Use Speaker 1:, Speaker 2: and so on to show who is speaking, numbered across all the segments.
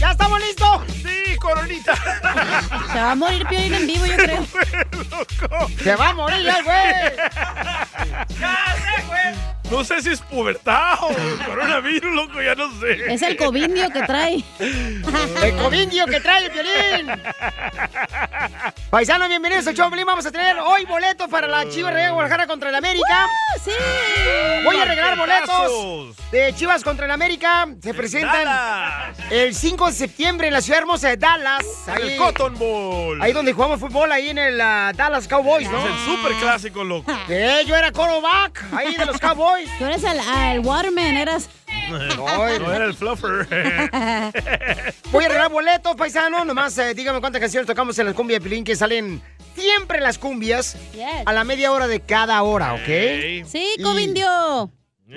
Speaker 1: ¡Ya estamos listos!
Speaker 2: ¡Sí, coronita!
Speaker 1: Se va a morir Piolín en vivo, yo creo. ¡Se va a morir ya, el güey!
Speaker 2: No sé si es pubertad o coronavirus, loco, ya no sé.
Speaker 3: Es el covindio que trae.
Speaker 1: ¡El covindio que trae el Piolín! Paisanos, bienvenidos al show, Piolín. Vamos a tener hoy boletos para la Chivas Real Guadalajara contra el América.
Speaker 3: ¡Sí!
Speaker 1: Voy a regalar
Speaker 2: ¡Marquetazos!
Speaker 1: boletos de Chivas contra el América. Se presentan
Speaker 2: Dallas.
Speaker 1: el 5 de septiembre en la ciudad hermosa de Dallas.
Speaker 2: En
Speaker 1: Ahí,
Speaker 2: el Cotton Bowl.
Speaker 1: ahí donde jugamos fútbol, ahí en el ah, Dallas Cowboys,
Speaker 2: Es el
Speaker 1: ¿no?
Speaker 2: super clásico, loco.
Speaker 1: Eh, yo era quarterback, ahí de los Cowboys.
Speaker 3: Tú eres el, ah, el waterman, eras.
Speaker 1: Ay,
Speaker 2: No era el fluffer.
Speaker 1: Voy a regalar boletos, paisano. Nomás eh, dígame cuántas canciones tocamos en las cumbias de Pilín que salen siempre las cumbias
Speaker 3: Yes.
Speaker 1: a la media hora de cada hora, ¿ok?
Speaker 2: Ey.
Speaker 3: Sí, covindio.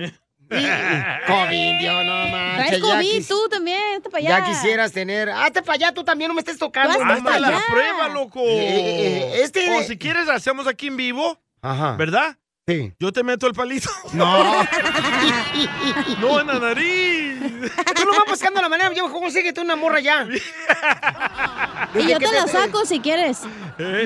Speaker 1: Y- COVID, yo no manches.
Speaker 3: Traes
Speaker 1: Ya,
Speaker 3: COVID,
Speaker 1: quis-
Speaker 3: tú también. Vete para allá.
Speaker 1: ya quisieras tener. Hazte para allá, tú también no me estés
Speaker 3: Tú
Speaker 1: tocando.
Speaker 3: hazte
Speaker 1: mamá.
Speaker 2: Hazme la
Speaker 3: allá.
Speaker 2: prueba, loco.
Speaker 1: Eh, eh, este-
Speaker 2: O si quieres, la hacemos aquí en vivo,
Speaker 1: Ajá.
Speaker 2: ¿verdad?
Speaker 1: Sí.
Speaker 2: Yo te meto el palito.
Speaker 1: No.
Speaker 2: No en la nariz.
Speaker 1: Tú no vas buscando la manera. Yo consíguete una morra ya.
Speaker 3: Y
Speaker 1: Desde
Speaker 3: yo
Speaker 1: que
Speaker 3: te la
Speaker 1: te-
Speaker 3: saco si quieres.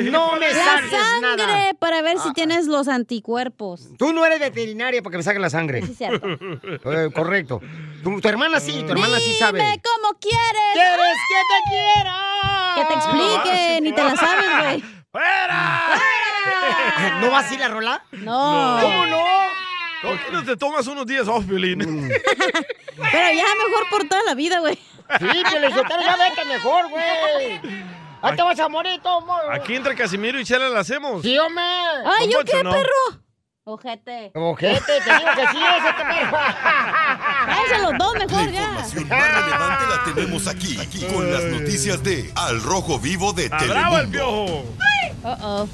Speaker 1: No me Ah.
Speaker 3: La
Speaker 1: saques nada.
Speaker 3: sangre para ver si tienes los anticuerpos.
Speaker 1: Tú no eres veterinaria para que me saquen la sangre.
Speaker 3: Sí, cierto.
Speaker 1: Eh, correcto. Tu, tu hermana sí, tu hermana sí sabe.
Speaker 3: Dime cómo quieres. Ah,
Speaker 1: ¿Quieres que te quiera?
Speaker 3: Que te expliquen y te la sabes, güey.
Speaker 2: ¡Fuera!
Speaker 1: ¿No va así la rola?
Speaker 3: No.
Speaker 1: ¿Cómo no?
Speaker 2: ¿Por qué no te tomas unos días off,
Speaker 1: Mm.
Speaker 2: Violín?
Speaker 3: Pero ya mejor por toda la vida, güey.
Speaker 1: Sí, que le soltaron ya vete mejor, güey. Ahí te vas a morir, tomo.
Speaker 2: Aquí entre Casimiro y Chela la hacemos.
Speaker 1: Sí, hombre.
Speaker 3: Ay,
Speaker 2: Don
Speaker 3: ¿yo
Speaker 2: Poncho,
Speaker 3: qué,
Speaker 2: no.
Speaker 3: perro? Ojete.
Speaker 1: Ojete, te digo que sí, ese te
Speaker 3: Váyanse los dos mejor
Speaker 4: La
Speaker 3: ya.
Speaker 4: información más relevante la tenemos aquí, aquí, con las noticias de Al Rojo Vivo de
Speaker 2: ¡Ah, bravo el
Speaker 4: Telemundo.
Speaker 2: piojo!
Speaker 3: Oh, oh.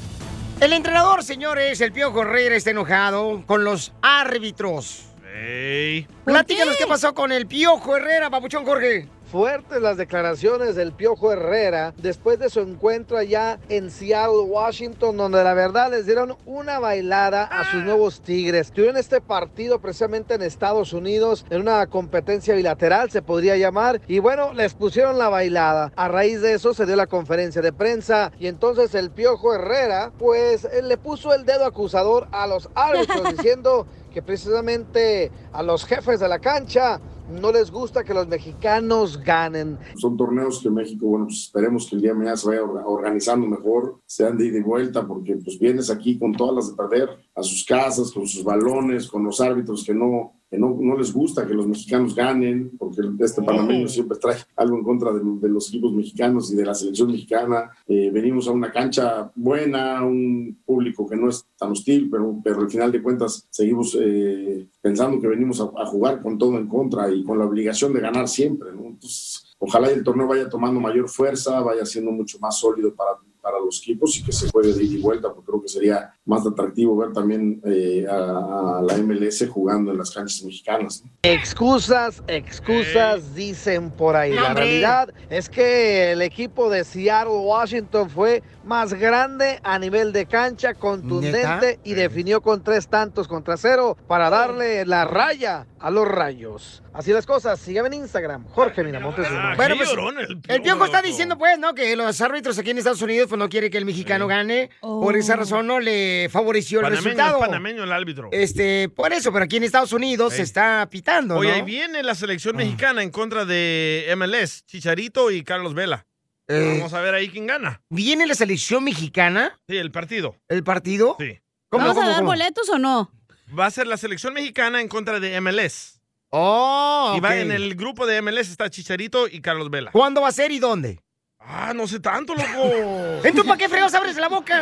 Speaker 1: El entrenador, señores, el Piojo Herrera está enojado con los árbitros.
Speaker 2: ¡Ey!
Speaker 3: ¿Por
Speaker 1: Platícanos
Speaker 3: qué?
Speaker 1: qué pasó con el Piojo Herrera, papuchón Jorge.
Speaker 5: Fuertes las declaraciones del Piojo Herrera después de su encuentro allá en Seattle, Washington, donde la verdad les dieron una bailada a sus nuevos Tigres. Tuvieron este partido precisamente en Estados Unidos, en una competencia bilateral, se podría llamar, y bueno, les pusieron la bailada. A raíz de eso se dio la conferencia de prensa y entonces el Piojo Herrera, pues, eh, le puso el dedo acusador a los árbitros diciendo que precisamente a los jefes de la cancha no les gusta que los mexicanos ganen.
Speaker 6: Son torneos que México, bueno, pues esperemos que el día de mañana se vaya orga- organizando mejor, sean de ida y vuelta, porque pues vienes aquí con todas las de perder, a sus casas, con sus balones, con los árbitros que no, que no, no les gusta que los mexicanos ganen, porque este panameño siempre trae algo en contra de, de los equipos mexicanos y de la selección mexicana. Eh, venimos a una cancha buena, un público que no es tan hostil, pero, pero al final de cuentas seguimos eh, pensando que venimos a, a jugar con todo en contra y con la obligación de ganar siempre, ¿no? Entonces, ojalá y el torneo vaya tomando mayor fuerza, vaya siendo mucho más sólido para, para los equipos y que se juegue de ida y vuelta, porque creo que sería más atractivo ver también eh, a, a la MLS jugando en las canchas mexicanas. ¿no?
Speaker 5: Excusas, excusas, dicen por ahí.
Speaker 1: No,
Speaker 5: La
Speaker 1: hombre.
Speaker 5: realidad es que el equipo de Seattle, Washington, fue más grande a nivel de cancha, contundente y definió con tres tantos contra cero para darle la raya a los rayos. Así las cosas. Sígueme en Instagram, Jorge Miramontes. uno.
Speaker 1: Bueno,
Speaker 2: ah, Qué
Speaker 1: pues,
Speaker 2: llorón el
Speaker 1: el
Speaker 2: Piojo,
Speaker 1: piojo está
Speaker 2: loco.
Speaker 1: diciendo, pues, ¿no? Que los árbitros aquí en Estados Unidos pues, no quiere que el mexicano gane.
Speaker 3: Oh.
Speaker 1: Por esa razón no le favoreció el
Speaker 2: Panameño,
Speaker 1: resultado.
Speaker 2: es panameño el árbitro.
Speaker 1: Este, por eso, pero aquí en Estados Unidos
Speaker 2: Sí.
Speaker 1: se está pitando, ¿no? Ah.
Speaker 2: Oye, ahí viene la selección mexicana en contra de MLS, Chicharito y Carlos Vela.
Speaker 1: Eh,
Speaker 2: Vamos a ver ahí quién gana.
Speaker 1: ¿Viene la selección mexicana
Speaker 2: Sí, el partido.
Speaker 1: el partido?
Speaker 2: Sí.
Speaker 1: ¿Cómo,
Speaker 3: ¿Vamos
Speaker 1: cómo,
Speaker 3: a dar
Speaker 1: cómo?
Speaker 3: boletos o no?
Speaker 2: Va a ser la selección mexicana en contra de MLS.
Speaker 1: Oh,
Speaker 2: Y va
Speaker 1: ok.
Speaker 2: en el grupo de MLS está Chicharito y Carlos Vela.
Speaker 1: ¿Cuándo va a ser y dónde?
Speaker 2: Ah, no sé tanto, loco.
Speaker 1: ¿Entonces para qué fregados abres la boca?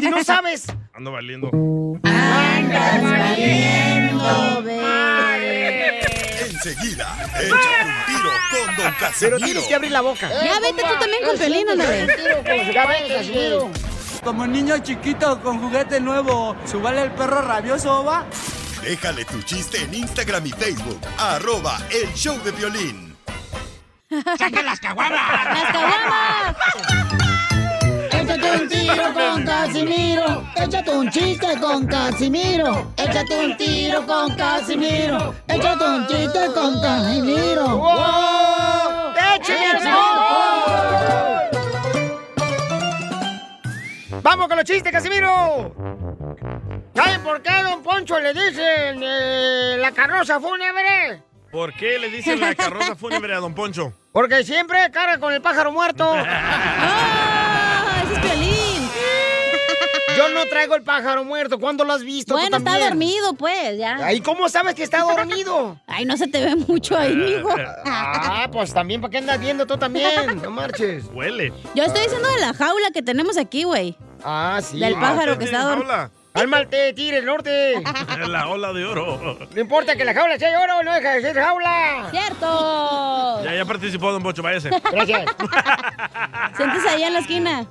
Speaker 1: Si no sabes.
Speaker 2: Ando valiendo.
Speaker 4: Enseguida, échate un tiro con Don
Speaker 1: Pero
Speaker 4: Casimiro.
Speaker 1: tienes que abrir la boca.
Speaker 3: Ya vete tú también con Pues, Piolín, ándale.
Speaker 1: Ya ven, Casimiro.
Speaker 7: Como niño chiquito con juguete nuevo, subale el perro rabioso, va.
Speaker 4: Déjale tu chiste en Instagram y Facebook. Arroba el show de violín.
Speaker 3: ¡Las caguamas!
Speaker 8: Échate un tiro con Casimiro. Échate un chiste con Casimiro. Échate un tiro con Casimiro. Échate un chiste con Casimiro.
Speaker 1: ¡Wow! ¡Écheme el sol! ¡Vamos con los chistes, Casimiro! ¿Saben por qué a Don Poncho le dicen eh, la carroza fúnebre?
Speaker 2: ¿Por qué le dicen la carroza fúnebre a Don Poncho?
Speaker 1: Porque siempre carga con el pájaro muerto.
Speaker 3: ¡Ah! ¡Ese es Piolín!
Speaker 1: Yo no traigo el pájaro muerto. ¿Cuándo lo has visto? tú
Speaker 3: Bueno, está
Speaker 1: también?
Speaker 3: dormido, pues, ya.
Speaker 1: Ay, ¿cómo sabes que está dormido?
Speaker 3: Ay, no se te ve mucho ahí, mijo.
Speaker 1: Ah, pues también, ¿para qué andas viendo tú también? No marches.
Speaker 2: Huele.
Speaker 3: Yo estoy diciendo de la jaula que tenemos aquí, güey.
Speaker 1: Ah, sí.
Speaker 3: Del pájaro.
Speaker 2: usted
Speaker 3: que
Speaker 2: tiene
Speaker 3: está
Speaker 2: jaula.
Speaker 1: Cálmate, tire el norte.
Speaker 2: La ola de oro.
Speaker 1: No importa que la jaula sea de oro, no deja de ser jaula.
Speaker 3: ¡Cierto!
Speaker 2: Ya, ya participó Don Poncho, váyase.
Speaker 1: Gracias.
Speaker 3: Siéntese allá en la esquina.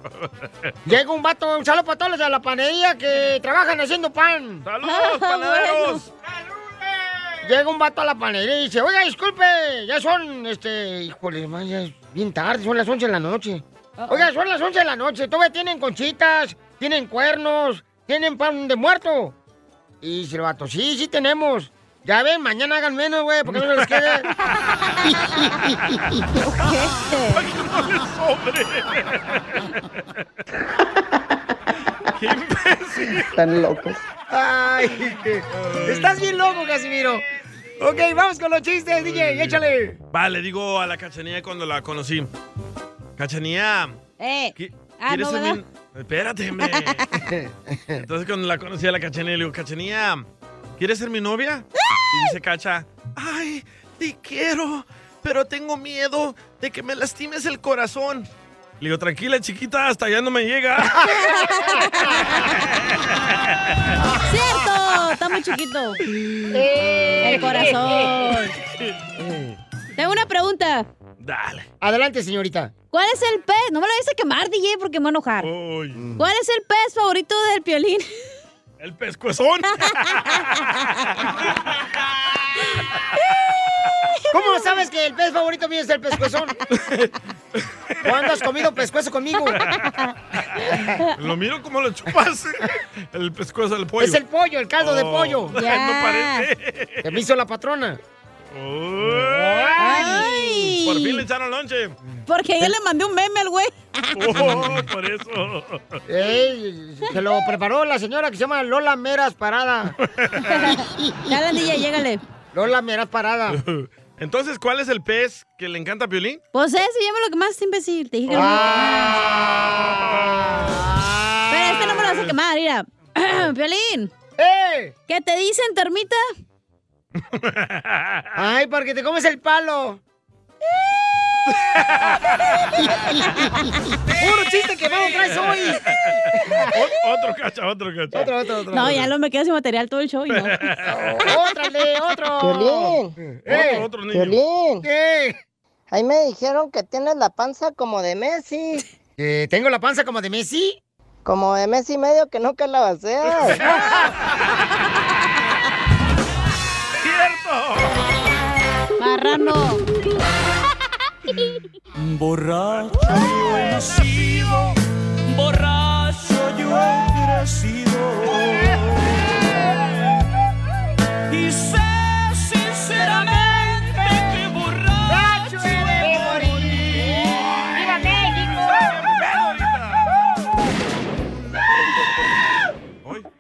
Speaker 1: Llega un vato, un saludo para todos los de la panadería que trabajan haciendo pan.
Speaker 2: ¡Saludos, Ah, panaderos!
Speaker 1: Llega un vato a la panadería y dice, oiga, disculpe, ya son, este, híjole, man, ya es bien tarde, son las 11 de la noche. Oiga, son las 11 de la noche, todavía tienen conchitas, tienen cuernos, tienen pan de muerto. Y dice el vato, sí, sí tenemos. Ya ven, mañana hagan menos, güey, porque no se les quede.
Speaker 2: ¡Ay, no le sobre! ¡Qué imbécil!
Speaker 8: Están locos.
Speaker 1: Ay, qué- estás bien loco, Casimiro. Ok, vamos con los chistes, DJ, échale.
Speaker 2: Vale, digo a la cachanía cuando la conocí. Cachanía,
Speaker 3: ¡Eh!
Speaker 2: ¿qui-
Speaker 3: Ah,
Speaker 2: ¿quieres
Speaker 3: no,
Speaker 2: ser
Speaker 3: ¿verdad?
Speaker 2: mi- Espérate, hombre. Entonces cuando la conocí a la cachanía, le digo, cachanía, ¿quieres ser mi novia? Y dice Cacha, ay, te quiero, pero tengo miedo de que me lastimes el corazón. Le digo, tranquila, chiquita, hasta allá no me llega.
Speaker 3: ¡Cierto! Está muy chiquito.
Speaker 1: Eh.
Speaker 3: El corazón. Tengo una pregunta.
Speaker 2: Dale.
Speaker 1: Adelante, señorita.
Speaker 3: ¿Cuál es el pez? No me lo vayas a quemar, DJ, porque me voy a enojar.
Speaker 2: Uy,
Speaker 3: ¿Cuál es el pez favorito del piolín?
Speaker 2: el pescuezón.
Speaker 1: ¿Cómo sabes que el pez favorito mío es el pescuezón? ¿Cuándo has comido pescuezo conmigo?
Speaker 2: Lo miro como lo chupas. ¿eh? El pescuezo del pollo.
Speaker 1: Es el pollo, el caldo de
Speaker 2: Oh,
Speaker 1: pollo.
Speaker 3: Ya.
Speaker 2: No parece.
Speaker 1: Que me hizo la patrona.
Speaker 2: Oh,
Speaker 3: ¡Ay!
Speaker 2: Por fin le echaron lonche.
Speaker 3: Porque yo le mandé un meme al güey.
Speaker 2: Oh, por eso.
Speaker 1: Ey, se lo preparó la señora que se llama Lola Meras Parada.
Speaker 3: Dale, DJ, llégale.
Speaker 1: Lola Meras Parada.
Speaker 2: Entonces, ¿cuál es el pez que le encanta a Piolín?
Speaker 3: Pues ese, llama lo que más imbécil. Te dije que no.
Speaker 1: Ah.
Speaker 3: Pero este no me lo vas a quemar, mira. Piolín,
Speaker 1: ¡Eh!
Speaker 3: ¿qué te dicen, termita?
Speaker 1: ¡Ay, porque te comes el palo! ¡Puro chiste que vamos traes hoy!
Speaker 2: Ot- otro cacha, otro cacha.
Speaker 1: Otro, otro, otro.
Speaker 3: No, ya lo me quedo sin material todo el show y no.
Speaker 1: ¡Ótrale, otro!
Speaker 8: Piolín.
Speaker 1: ¡Eh!
Speaker 2: Otro, otro niño.
Speaker 8: Violín.
Speaker 1: ¿Qué?
Speaker 8: Ahí me dijeron que tienes la panza como de Messi.
Speaker 1: ¿Que tengo la panza como de Messi? Como de mes y medio que no calabaceas.
Speaker 2: ¡Cierto!
Speaker 3: Marrano. Ah.
Speaker 8: Borracho yo he nacido, borracho yo he crecido. Y sé sinceramente que borracho he de morir.
Speaker 9: ¡Viva México!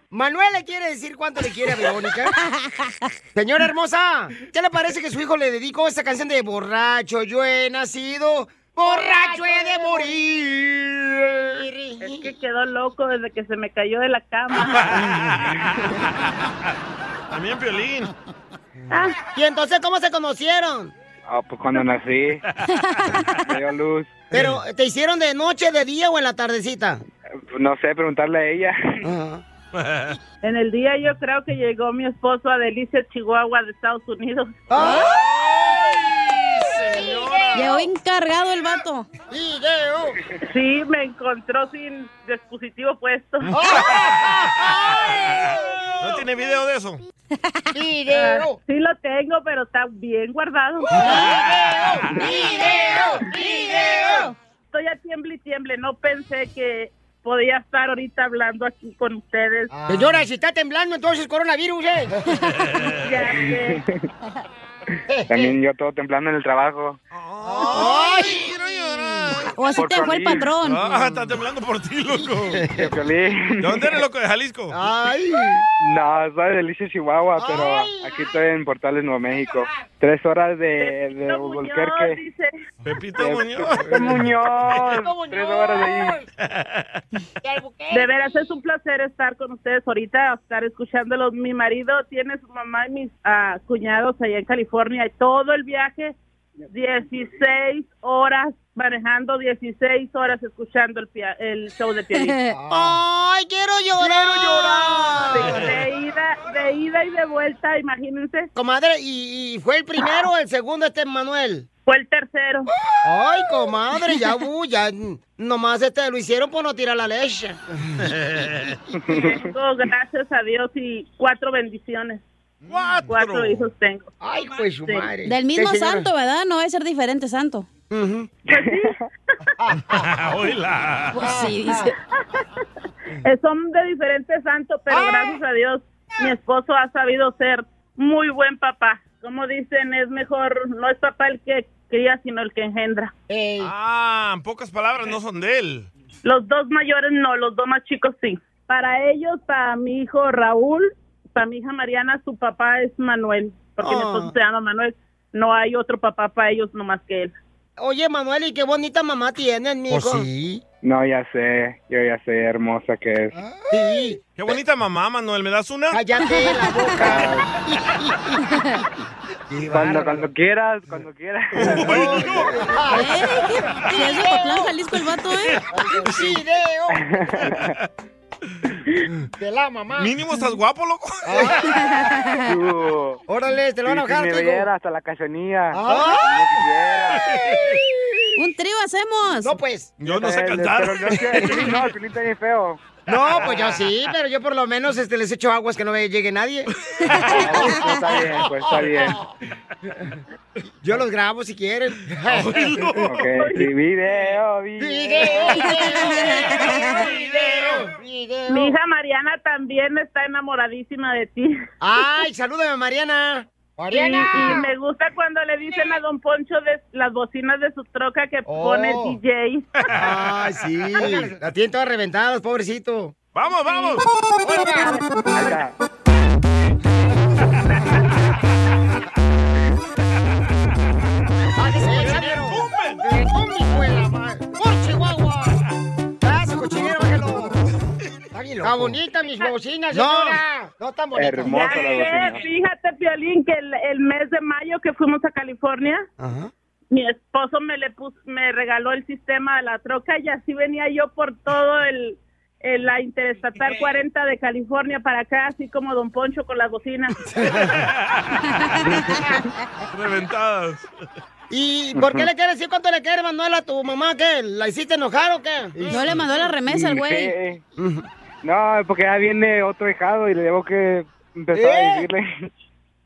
Speaker 9: Manuel le quiere decir cuánto le quiere a Verónica. Señora hermosa, ¿qué le parece que su hijo le dedicó esta canción de borracho? Yo he nacido, borracho he de morir.
Speaker 10: Es que quedó loco desde que se me cayó de la cama.
Speaker 2: También violín.
Speaker 9: Ah. ¿Y entonces cómo se conocieron?
Speaker 11: Ah, pues cuando nací, me dio luz.
Speaker 9: Pero, ¿te hicieron de noche, de día o en la tardecita?
Speaker 11: No sé, preguntarle a ella.
Speaker 10: En el día yo creo que llegó mi esposo a Delicia, Chihuahua, de Estados Unidos.
Speaker 9: Ah.
Speaker 3: Llegó encargado el vato.
Speaker 10: Sí, me encontró sin dispositivo puesto.
Speaker 2: ¿No tiene video de eso?
Speaker 10: Ah, Sí lo tengo, pero está bien guardado.
Speaker 9: ¡Video!
Speaker 10: ¡Video! Estoy a tiemble y tiemble. No pensé que podía estar ahorita hablando aquí con ustedes.
Speaker 9: Señora, si está temblando, entonces coronavirus, ¿eh?
Speaker 11: También yo todo temblando en el trabajo.
Speaker 9: ¡Ay!
Speaker 3: O Pues así
Speaker 11: Por
Speaker 3: te dejó el
Speaker 11: Piolín.
Speaker 3: patrón.
Speaker 2: Ah, está temblando por ti, loco.
Speaker 11: De Piolín.
Speaker 2: ¿De dónde eres, loco? ¿De Jalisco?
Speaker 9: Ay.
Speaker 11: No, soy de Delicia, Chihuahua, pero aquí estoy en Portales, Nuevo México. Tres horas de, de Albuquerque.
Speaker 10: dice.
Speaker 2: Pepito Muñoz.
Speaker 11: Pepito Muñoz.
Speaker 10: Tres horas de De veras, es un placer estar con ustedes ahorita, estar escuchándolos. Mi marido tiene su mamá y mis ah, cuñados allá en California y todo el viaje, 16 horas manejando, 16 horas escuchando el, pia- el show de Piolín.
Speaker 9: ¡Ay, Ah. quiero llorar!
Speaker 10: De, de ida, de ida y de vuelta, imagínense.
Speaker 9: Comadre, ¿y, y fue el primero o el segundo este Manuel?
Speaker 10: Fue el tercero.
Speaker 9: Ay, comadre, ya, uh, ya, nomás este lo hicieron por no tirar la leche.
Speaker 10: Tengo, gracias a Dios, y cuatro bendiciones.
Speaker 2: Cuatro,
Speaker 10: hijos tengo.
Speaker 9: Ay, pues su madre.
Speaker 3: Del mismo santo, ¿verdad? No debe ser diferente santo.
Speaker 2: Hola.
Speaker 3: Pues sí, dice.
Speaker 10: Eh, Son de diferentes santos, pero gracias a Dios mi esposo ha sabido ser muy buen papá. Como dicen, es mejor, no es papá el que cría, sino el que engendra.
Speaker 2: Ah, en pocas palabras, no son de él.
Speaker 10: Los dos mayores no, los dos más chicos sí. Para ellos, para mi hijo Raúl, para mi hija Mariana, su papá es Manuel, porque mi
Speaker 9: Ah.
Speaker 10: esposo se llama Manuel. No hay otro papá para ellos, no más que él.
Speaker 9: Oye, Manuel, ¿y qué bonita mamá tienes, mijo?
Speaker 11: Pues No, ya sé, yo ya sé, hermosa que es.
Speaker 9: Ah. Sí.
Speaker 2: Qué bonita mamá, Manuel. ¿Me das una?
Speaker 9: Cállate la boca.
Speaker 11: Cuando, cuando quieras, cuando quieras.
Speaker 3: Si es de Ocotlán, Jalisco el vato, ¿eh?
Speaker 9: ¡Video! De la mamá.
Speaker 2: Mínimo estás guapo, loco.
Speaker 11: Tú.
Speaker 9: Órale, te lo van a
Speaker 11: Si-
Speaker 9: bajar,
Speaker 11: Si Uh. me
Speaker 9: Tico.
Speaker 11: viera hasta la cachanilla.
Speaker 9: Ah.
Speaker 3: Un trío hacemos. No,
Speaker 9: pues.
Speaker 2: Yo
Speaker 11: no sé cantar. Eh, Pero no sé, sí, no, el Piolín está bien feo.
Speaker 9: No, pues yo sí, pero yo por lo menos este, les echo aguas que no me llegue nadie.
Speaker 11: Está bien, pues está bien.
Speaker 9: Yo los grabo si quieren.
Speaker 11: Ok, sí, video,
Speaker 9: video.
Speaker 10: video, Mi hija Mariana también está enamoradísima de ti.
Speaker 9: Ay, salúdame, Mariana.
Speaker 10: Y, y me gusta cuando le dicen a Don Poncho de las bocinas de su troca que
Speaker 9: Oh.
Speaker 10: pone el DJ.
Speaker 9: Ay, sí. La tienen todas reventadas, pobrecito.
Speaker 2: ¡Vamos, vamos!
Speaker 9: ¡Por Chihuahua! ¡Ah, su cochinero, bájalo! Está bien loco. Está bonita mis bocinas,
Speaker 10: No.
Speaker 9: señora. No, tan bonita.
Speaker 10: Ya sé, Fíjate, Piolín, que el, el mes de mayo que fuimos a California, mi esposo me le puso, me regaló el sistema de la troca y así venía yo por todo el, el- la Interestatal 40 de California para acá, así como Don Poncho con las bocinas.
Speaker 2: Reventadas.
Speaker 1: ¿Y por qué le quieres decir cuánto le quieres, Manuel, a tu mamá? ¿Qué? ¿La hiciste enojar o qué?
Speaker 3: No le mandó la remesa al güey.
Speaker 11: No, porque ya viene otro hijado y le debo que empezar
Speaker 9: ¿Eh?
Speaker 11: a decirle.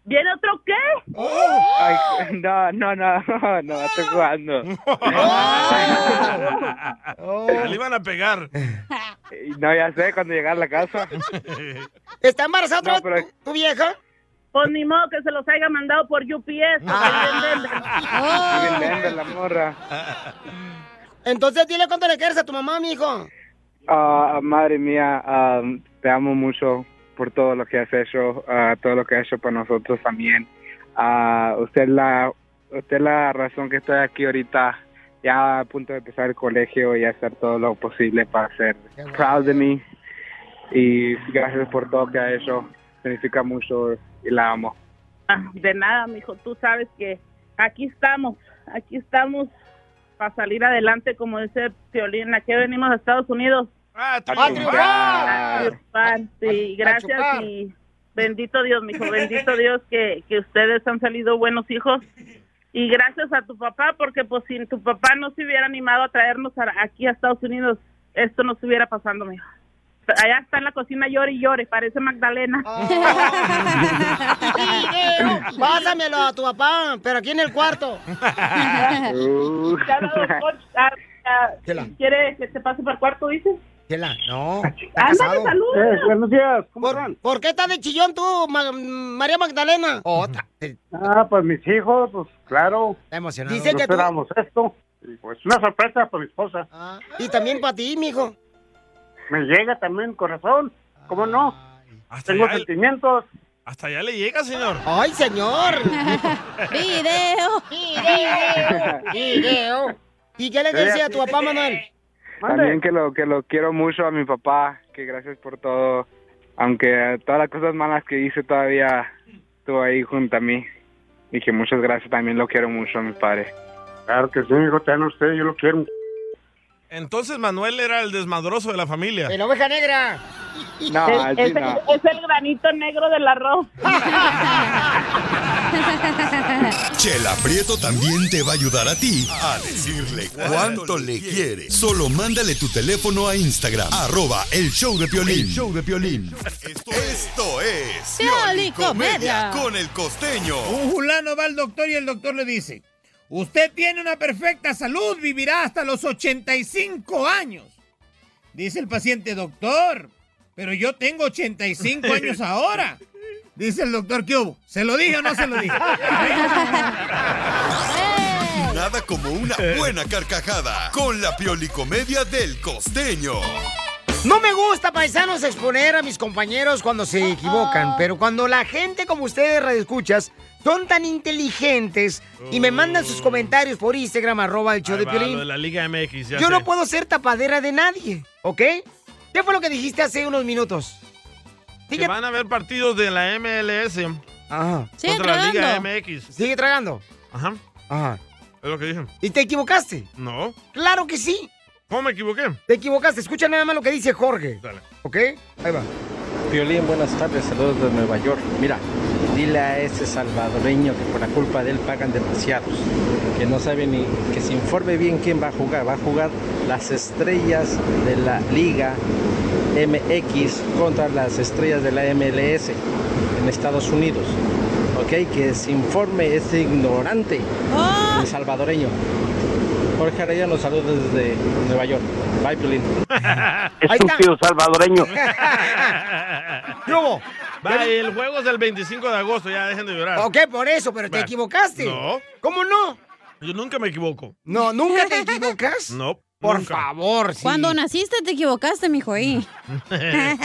Speaker 10: ¿Viene otro qué?
Speaker 9: Oh.
Speaker 11: Ay, no, no, no, no, no, estoy jugando.
Speaker 2: Le iban a pegar.
Speaker 11: No, ya sé, cuando llegar a la casa.
Speaker 1: ¿Está embarazada
Speaker 11: No,
Speaker 1: otra vez tu- tu vieja?
Speaker 10: Pues ni modo que se los haya mandado por UPS.
Speaker 1: Ah.
Speaker 11: Bien lenta la morra.
Speaker 1: Entonces dile cuánto le quieres a tu mamá, mijo.
Speaker 11: Ah, madre mía, ah, te amo mucho por todo lo que has hecho, ah, todo lo que has hecho por nosotros también. Ah, usted es la, usted es la razón que estoy aquí ahorita, ya a punto de empezar el colegio y hacer todo lo posible para ser proud de mí. Y gracias por todo que ha hecho, significa mucho y la amo.
Speaker 10: Ah, De nada, mijo, tú sabes que aquí estamos, aquí estamos para salir adelante, como dice Piolín, aquí venimos a Estados Unidos.
Speaker 2: ¡Ah,
Speaker 11: triunfar!
Speaker 10: A triunfar, sí,
Speaker 11: A- a
Speaker 10: gracias
Speaker 11: chupar.
Speaker 10: y bendito Dios, mijo, bendito Dios que, que ustedes han salido buenos hijos. Y gracias a tu papá, porque pues sin tu papá no se hubiera animado a traernos a- aquí a Estados Unidos, esto no se hubiera pasando, mijo. Allá está en la cocina llore y llore, parece Magdalena.
Speaker 1: Pásamelo a tu papá, pero aquí en el cuarto.
Speaker 9: Uh.
Speaker 10: Claro, Poncho, ah, ah, ¿Quiere que te pase por el cuarto, dices?
Speaker 1: no.
Speaker 10: Ándale, saluda. Eh,
Speaker 9: buenos días,
Speaker 1: ¿Por, por qué estás de chillón tú, Ma- María Magdalena? Otra.
Speaker 9: Ah, pues mis hijos, pues claro.
Speaker 1: emocionado. Dice
Speaker 9: no
Speaker 1: que tú-
Speaker 9: esperábamos esto. Y pues una sorpresa para mi esposa.
Speaker 1: Ah. Y también para ti, mijo.
Speaker 9: Me llega también corazón, ¿cómo no? Tengo
Speaker 2: allá el-
Speaker 9: sentimientos.
Speaker 2: Hasta allá le llega, señor.
Speaker 1: ¡Ay, señor!
Speaker 3: Video.
Speaker 1: Video. Video. ¿Y qué le quieres decir a tu papá, Manuel?
Speaker 11: También que lo, que lo quiero mucho a mi papá, que gracias por todo, aunque todas las cosas malas que hice todavía estuvo ahí junto a mí. Y que muchas gracias, también lo quiero mucho a mi padre.
Speaker 9: Claro que sí, hijo, te dan usted, yo lo quiero.
Speaker 2: Entonces Manuel era el desmadroso de la familia.
Speaker 1: ¡El oveja negra!
Speaker 2: No,
Speaker 10: es,
Speaker 2: así
Speaker 10: es-
Speaker 2: no.
Speaker 10: es el granito negro del arroz.
Speaker 4: Chela Prieto también te va a ayudar a ti a decirle cuánto le quiere. Solo mándale tu teléfono a Instagram, arroba el show de Piolín.
Speaker 12: El
Speaker 4: show de Piolín. Esto es Piolín Comedia con el costeño.
Speaker 13: Un fulano va al doctor y el doctor le dice, usted tiene una perfecta salud, vivirá hasta los 85 años. Dice el paciente, doctor, pero yo tengo 85 años ahora. Dice el doctor, ¿qué hubo? ¿Se lo dije o no se lo dije?
Speaker 4: Nada como una buena carcajada con la piolicomedia del costeño.
Speaker 1: No me gusta, paisanos, exponer a mis compañeros cuando se equivocan, pero cuando la gente como ustedes radioescuchas son tan inteligentes y me mandan sus comentarios por Instagram, arroba el show
Speaker 2: Mm. Ahí
Speaker 1: de
Speaker 2: va,
Speaker 1: Piolín,
Speaker 2: lo de la Liga MX, ya
Speaker 1: yo
Speaker 2: sé.
Speaker 1: no puedo ser tapadera de nadie, ¿ok? ¿Qué fue lo que dijiste hace unos minutos?
Speaker 2: Que van a haber partidos de la MLS
Speaker 1: Ajá.
Speaker 2: contra la Liga MX.
Speaker 1: Sigue tragando.
Speaker 2: Ajá.
Speaker 1: Ajá.
Speaker 2: Es lo que dicen.
Speaker 1: ¿Y te equivocaste?
Speaker 2: No.
Speaker 1: Claro que sí.
Speaker 2: ¿Cómo me equivoqué?
Speaker 1: Te equivocaste. Escucha nada más lo que dice Jorge.
Speaker 2: Dale.
Speaker 1: ¿Ok? Ahí va.
Speaker 14: Violín, buenas tardes, saludos de Nueva York. Mira, dile a ese salvadoreño que por la culpa de él pagan demasiados, que no sabe ni que se informe bien quién va a jugar. Va a jugar las estrellas de la Liga MX contra las estrellas de la MLS en Estados Unidos. Ok, que se informe ese ignorante,
Speaker 2: Ah.
Speaker 14: el salvadoreño. Jorge Arellano, saludos desde Nueva York. Bye, Violín.
Speaker 9: Estúpido salvadoreño.
Speaker 1: ¡Lobo!
Speaker 2: Va, el juego es el 25 de agosto, ya dejen de llorar.
Speaker 1: Ok, por eso, pero te
Speaker 2: Va.
Speaker 1: equivocaste.
Speaker 2: No.
Speaker 1: ¿Cómo no?
Speaker 2: Yo nunca me equivoco.
Speaker 1: No, nunca te equivocas.
Speaker 2: No.
Speaker 1: Por
Speaker 2: nunca.
Speaker 1: favor, sí.
Speaker 3: Cuando naciste te equivocaste, mijo, ahí.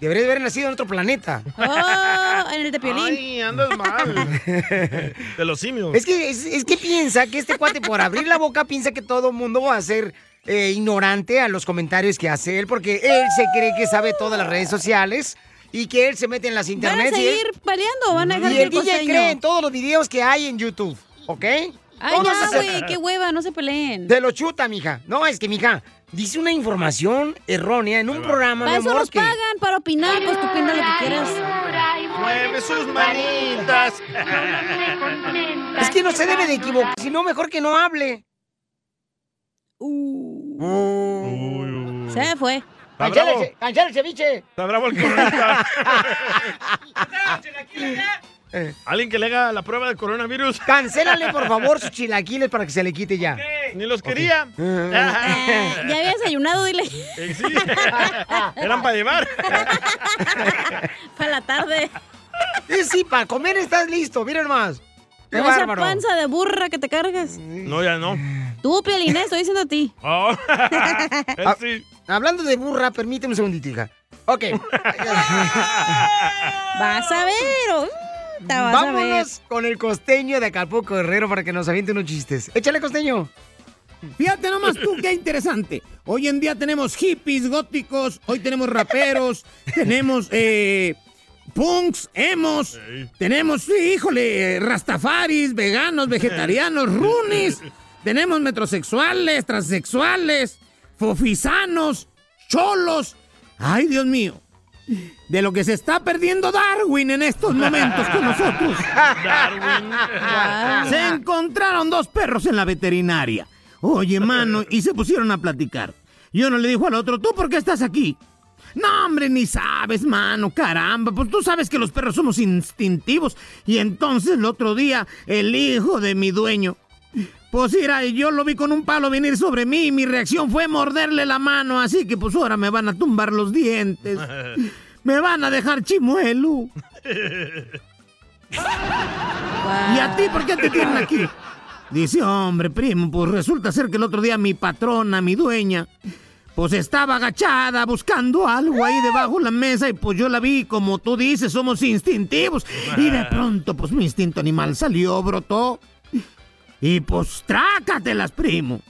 Speaker 1: Deberías haber nacido en otro planeta.
Speaker 3: Oh, en el de Piolín.
Speaker 2: Ay, andas mal. De los simios.
Speaker 1: Es que, es, es que piensa que este cuate, por abrir la boca, piensa que todo mundo va a ser eh, ignorante a los comentarios que hace él, porque él se cree que sabe todas las redes sociales y que él se mete en las
Speaker 3: ¿Van a
Speaker 1: internets. y él-
Speaker 3: seguir peleando o van a dejar
Speaker 1: ¿eh? y
Speaker 3: que
Speaker 1: el
Speaker 3: el
Speaker 1: DJ
Speaker 3: costeño?
Speaker 1: cree en todos los videos que hay en YouTube, ¿ok?
Speaker 3: Ay, ya,
Speaker 1: Entonces,
Speaker 3: güey, qué hueva, no se peleen.
Speaker 1: Te lo chuta, mija. No, es que, mija, dice una información errónea en un programa, mi
Speaker 3: Para eso
Speaker 1: amor,
Speaker 3: nos
Speaker 1: que-
Speaker 3: pagan, para opinar, pues tú opina lo que quieras.
Speaker 2: mueve sus manitas.
Speaker 1: Es que no se debe de equivocar, si no, mejor que no hable.
Speaker 3: Se fue.
Speaker 2: Está
Speaker 1: Cancela
Speaker 2: bravo.
Speaker 1: el, ce- cancela el ceviche.
Speaker 2: Está bravo el coronista. Alguien que le haga la prueba del coronavirus.
Speaker 1: Eh. Cancélale, por favor, sus chilaquiles para que Eh, se le quite ya.
Speaker 2: Eh, Ni los quería.
Speaker 1: Eh,
Speaker 3: Ah, ya había desayunado, dile.
Speaker 2: Eran para llevar.
Speaker 3: Para la tarde.
Speaker 1: Sí, sí, para comer estás listo, miren más. Qué
Speaker 3: Con esa
Speaker 1: bárbaro. Mm.
Speaker 3: panza de burra que te cargas.
Speaker 2: No, ya no.
Speaker 3: Tú, Piolín, eh, estoy diciendo a ti.
Speaker 2: Oh.
Speaker 1: Ah, Hablando de burra, permíteme un segundito, hija. Ok.
Speaker 3: Vas a ver. o- mm, te vas a ver.
Speaker 1: Vámonos con el costeño de Acapulco Herrero para que nos aviente unos chistes. Échale costeño.
Speaker 13: Fíjate nomás tú qué interesante. Hoy en día tenemos hippies góticos, hoy tenemos raperos, tenemos eh, punks, emos, tenemos, sí, híjole, eh, rastafaris, veganos, vegetarianos, runis, tenemos metrosexuales, transexuales, fofisanos, cholos. Ay, Dios mío. De lo que se está perdiendo Darwin en estos momentos con nosotros.
Speaker 8: Ah.
Speaker 2: Darwin.
Speaker 13: Se encontraron dos perros en la veterinaria. Oye, mano, y se pusieron a platicar. Y uno le dijo al otro, ¿tú por qué estás aquí? No, hombre, ni sabes, mano, caramba. Pues tú sabes que los perros somos instintivos. Y entonces el otro día, el hijo de mi dueño. Pues mira, yo lo vi con un palo venir sobre mí y mi reacción fue morderle la mano, así que pues ahora me van a tumbar los dientes. Me van a dejar chimuelo. ¿Y a ti por qué te tienen aquí? Dice, hombre, primo, pues resulta ser que el otro día mi patrona, mi dueña, pues estaba agachada buscando algo ahí debajo de la mesa y pues yo la vi, como tú dices, somos instintivos. Y de pronto, pues mi instinto animal salió, brotó. Y pues trácatelas, primo.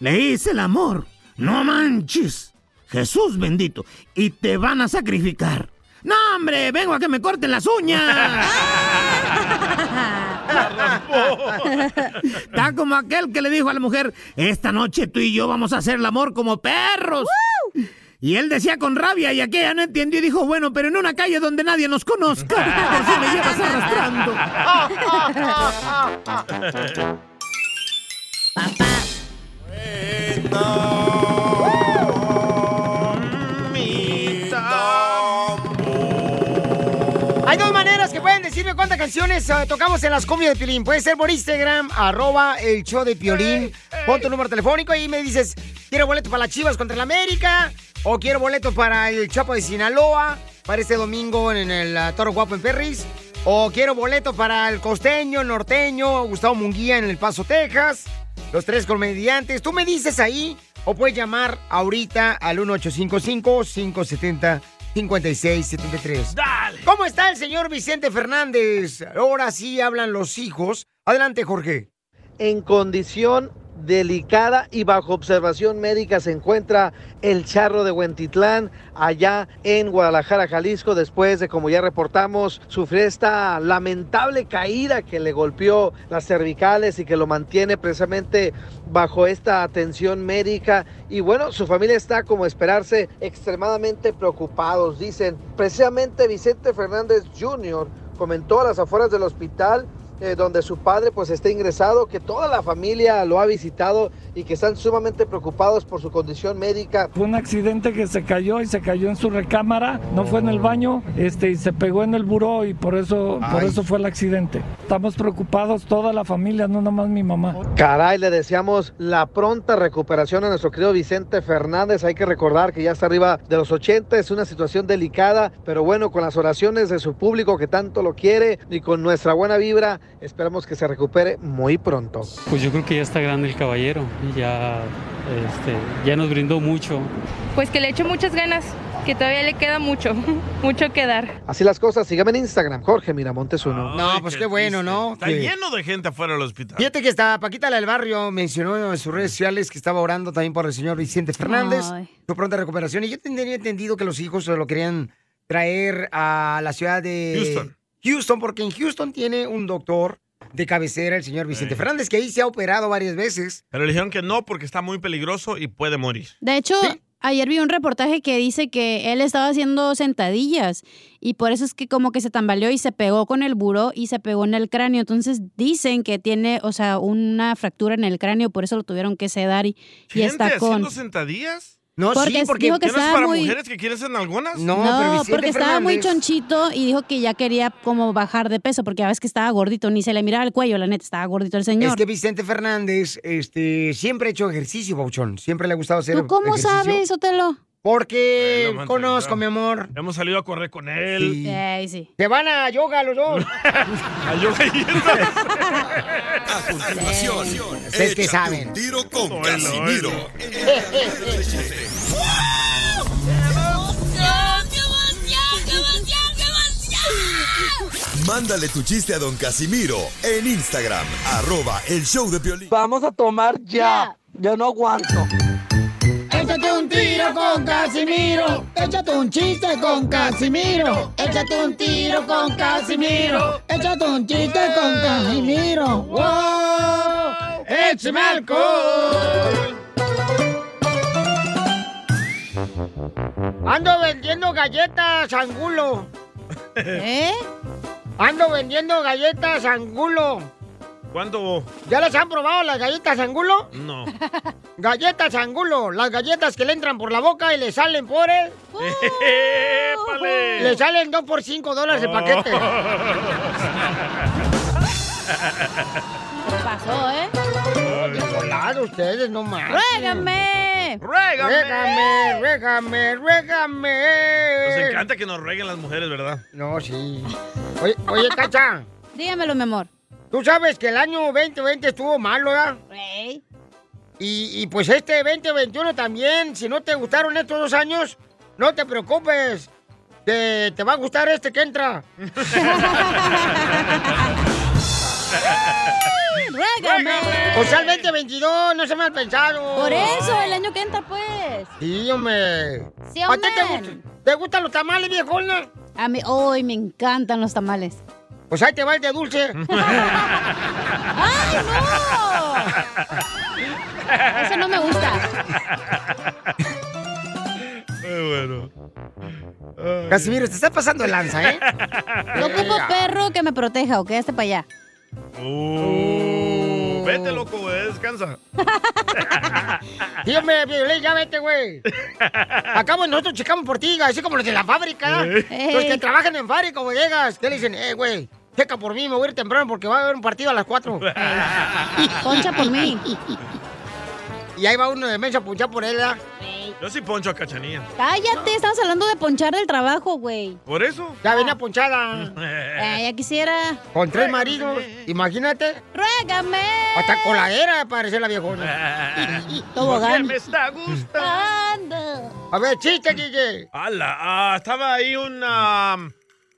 Speaker 13: Le hice el amor. No manches. Jesús bendito. Y te van a sacrificar. No, hombre, vengo a que me corten las uñas. Está como aquel que le dijo a la mujer, esta noche tú y yo vamos a hacer el amor como perros. Y él decía con rabia y aquella no entendió y dijo, bueno, pero en una calle donde nadie nos conozca. ¿Por qué me llevas arrastrando?
Speaker 1: Hay dos maneras que pueden decirme cuántas canciones eh, tocamos en las comias de Piolín. Puede ser por Instagram, arroba el show de Piolín. Pon tu número telefónico y me dices, quiero boleto para las Chivas contra el América o quiero boleto para el Chapo de Sinaloa para este domingo en el eh, Toro Guapo en Perris. O quiero boleto para el costeño, el norteño, Gustavo Munguía en El Paso, Texas. Los tres comediantes. Tú me dices ahí o puedes llamar ahorita al 1855-570-5673.
Speaker 2: ¡Dale!
Speaker 1: ¿Cómo está el señor Vicente Fernández? Ahora sí hablan los hijos. Adelante, Jorge.
Speaker 5: En condición delicada y bajo observación médica se encuentra el charro de Huentitlán allá en Guadalajara, Jalisco, después de, como ya reportamos, sufrir esta lamentable caída que le golpeó las cervicales y que lo mantiene precisamente bajo esta atención médica. Y bueno, su familia está, como esperarse, extremadamente preocupados. Dicen, precisamente Vicente Fernández Jr. comentó a las afueras del hospital eh, donde su padre pues está ingresado, que toda la familia lo ha visitado y que están sumamente preocupados por su condición médica.
Speaker 15: Fue un accidente que se cayó y se cayó en su recámara, no fue en el baño, este y se pegó en el buró y por eso por
Speaker 5: Ay.
Speaker 15: eso fue el accidente. Estamos preocupados toda la familia, no nomás mi mamá.
Speaker 5: Caray, le deseamos la pronta recuperación a nuestro querido Vicente Fernández. Hay que recordar que ya está arriba de los 80, es una situación delicada, pero bueno, con las oraciones de su público que tanto lo quiere y con nuestra buena vibra, esperamos que se recupere muy pronto.
Speaker 16: Pues yo creo que ya está grande el caballero, ya, este, ya nos brindó mucho.
Speaker 17: Pues que le echo muchas ganas, que todavía le queda mucho, mucho que dar.
Speaker 5: Así las cosas, síganme en Instagram, Jorge Miramontes uno.
Speaker 1: No, pues qué bueno, ¿no?
Speaker 2: Está
Speaker 1: Que-
Speaker 2: lleno de gente afuera del hospital.
Speaker 1: Fíjate que está Paquita la del Barrio mencionó en sus redes sociales que estaba orando también por el señor Vicente Fernández,
Speaker 3: Ay.
Speaker 1: su pronta recuperación. Y yo tenía entendido que los hijos se lo querían traer a la ciudad de
Speaker 2: Houston.
Speaker 1: Houston, porque en Houston tiene un doctor de cabecera, el señor
Speaker 2: Eh.
Speaker 1: Vicente Fernández, que ahí se ha operado varias veces.
Speaker 2: Pero le dijeron que no porque está muy peligroso y puede morir.
Speaker 3: De hecho, ayer vi un reportaje que dice que él estaba haciendo sentadillas y por eso es que como que se tambaleó y se pegó con el buró y se pegó en el cráneo. Entonces dicen que tiene, o sea, una fractura en el cráneo, por eso lo tuvieron que sedar y, y
Speaker 2: ¿Gente
Speaker 3: está con...
Speaker 2: haciendo sentadillas?
Speaker 3: No, Porque sí, porque- dijo que
Speaker 2: ¿Ya no es
Speaker 3: estaba
Speaker 2: para
Speaker 3: muy-
Speaker 2: mujeres que quieren ser algunas?
Speaker 3: No, porque estaba muy chonchito y dijo que ya quería como bajar de peso, porque a veces que estaba gordito, ni se le miraba el cuello, la neta, estaba gordito el señor.
Speaker 1: Es que Vicente Fernández este, siempre ha hecho ejercicio, Bauchón. Siempre le ha gustado hacer
Speaker 3: ¿Tú cómo
Speaker 1: ejercicio.
Speaker 3: sabes, Otelo?
Speaker 1: Porque
Speaker 2: manches,
Speaker 1: conozco, mi amor.
Speaker 2: Hemos salido a correr con él.
Speaker 3: Ay, sí.
Speaker 9: Se van a yoga los dos.
Speaker 2: A yoga y
Speaker 8: Continuación.
Speaker 9: Pues
Speaker 1: Ustedes que
Speaker 8: Échate
Speaker 1: saben.
Speaker 8: Un tiro con Casimiro. Mándale tu chiste a don Casimiro en Instagram, arroba el show de Piolín.
Speaker 4: Vamos a tomar ya. Yo no aguanto.
Speaker 18: Échate un tiro con Casimiro. Échate un chiste con Casimiro. Échate un tiro con Casimiro. Échate un chiste con Casimiro. ¡Wow!
Speaker 9: ¡Échame alcohol! Ando vendiendo galletas angulo.
Speaker 3: ¿Eh?
Speaker 9: Ando vendiendo galletas angulo.
Speaker 2: ¿Cuándo?
Speaker 9: ¿Ya las han probado las galletas angulo?
Speaker 2: No.
Speaker 9: Galletas angulo, las galletas que le entran por la boca y le salen por el...
Speaker 2: ¡Épale!
Speaker 9: Le salen dos por cinco dólares el paquete.
Speaker 8: Oh.
Speaker 3: Pasó, ¿eh?
Speaker 9: Hola, ustedes no más.
Speaker 3: ¡Ruégame!
Speaker 9: ¡Ruégame! ¡Ruégame! ¡Ruégame! ¡Ruégame!
Speaker 2: Nos encanta que nos rueguen las mujeres, ¿verdad?
Speaker 9: No, sí. Oye, oye, Cacha.
Speaker 3: Dígamelo, mi amor.
Speaker 9: Tú sabes que el año 2020 Este estuvo malo, ¿verdad?
Speaker 3: Ey.
Speaker 9: Y, y pues este 2021 también, si no te gustaron estos dos años, no te preocupes. Te, te va a gustar este que entra.
Speaker 3: ¡Ruégame!
Speaker 9: o sea, el 2022, no se me ha pensado.
Speaker 3: Por eso, el año que entra, pues.
Speaker 9: Sí, hombre.
Speaker 3: Sí,
Speaker 9: ¿A ti te,
Speaker 3: hombre.
Speaker 9: gust- te gustan los tamales, viejona?
Speaker 3: A mí, hoy me encantan los tamales.
Speaker 9: Pues ahí te va el de dulce.
Speaker 3: ¡Ay, no! Ese no me gusta.
Speaker 2: bueno.
Speaker 1: Casimiro, te está pasando el lanza, ¿eh?
Speaker 3: Yo ocupo perro que me proteja, ¿ok? Hasta para allá.
Speaker 2: Uh, vete, loco, güey, descansa.
Speaker 9: Dígame, Violín, ya vete, güey. Acabo nosotros checamos por ti, así como los de la fábrica.
Speaker 3: Ey.
Speaker 9: Los que trabajan en fábrica, güey, llegas. ¿Qué le dicen? Eh, güey, checa por mí, me voy a ir temprano porque va a haber un partido a las 4.
Speaker 3: Poncha por mí.
Speaker 9: Y ahí va uno de mesa a punchar por él, ¿ah? ¿verdad?
Speaker 2: Yo sí poncho a Cachanilla.
Speaker 3: Cállate, estamos hablando de ponchar del trabajo, güey.
Speaker 2: ¿Por eso?
Speaker 9: Ya venía ponchada.
Speaker 3: Ay, ya quisiera.
Speaker 9: Con tres maridos, imagínate.
Speaker 3: ¡Ruégame!
Speaker 9: Hasta coladera parece la viejona.
Speaker 3: Tobogán.
Speaker 2: Me está gustando.
Speaker 3: Anda.
Speaker 9: A ver, chiste, Kike.
Speaker 2: ¡Hala! ah, estaba ahí una.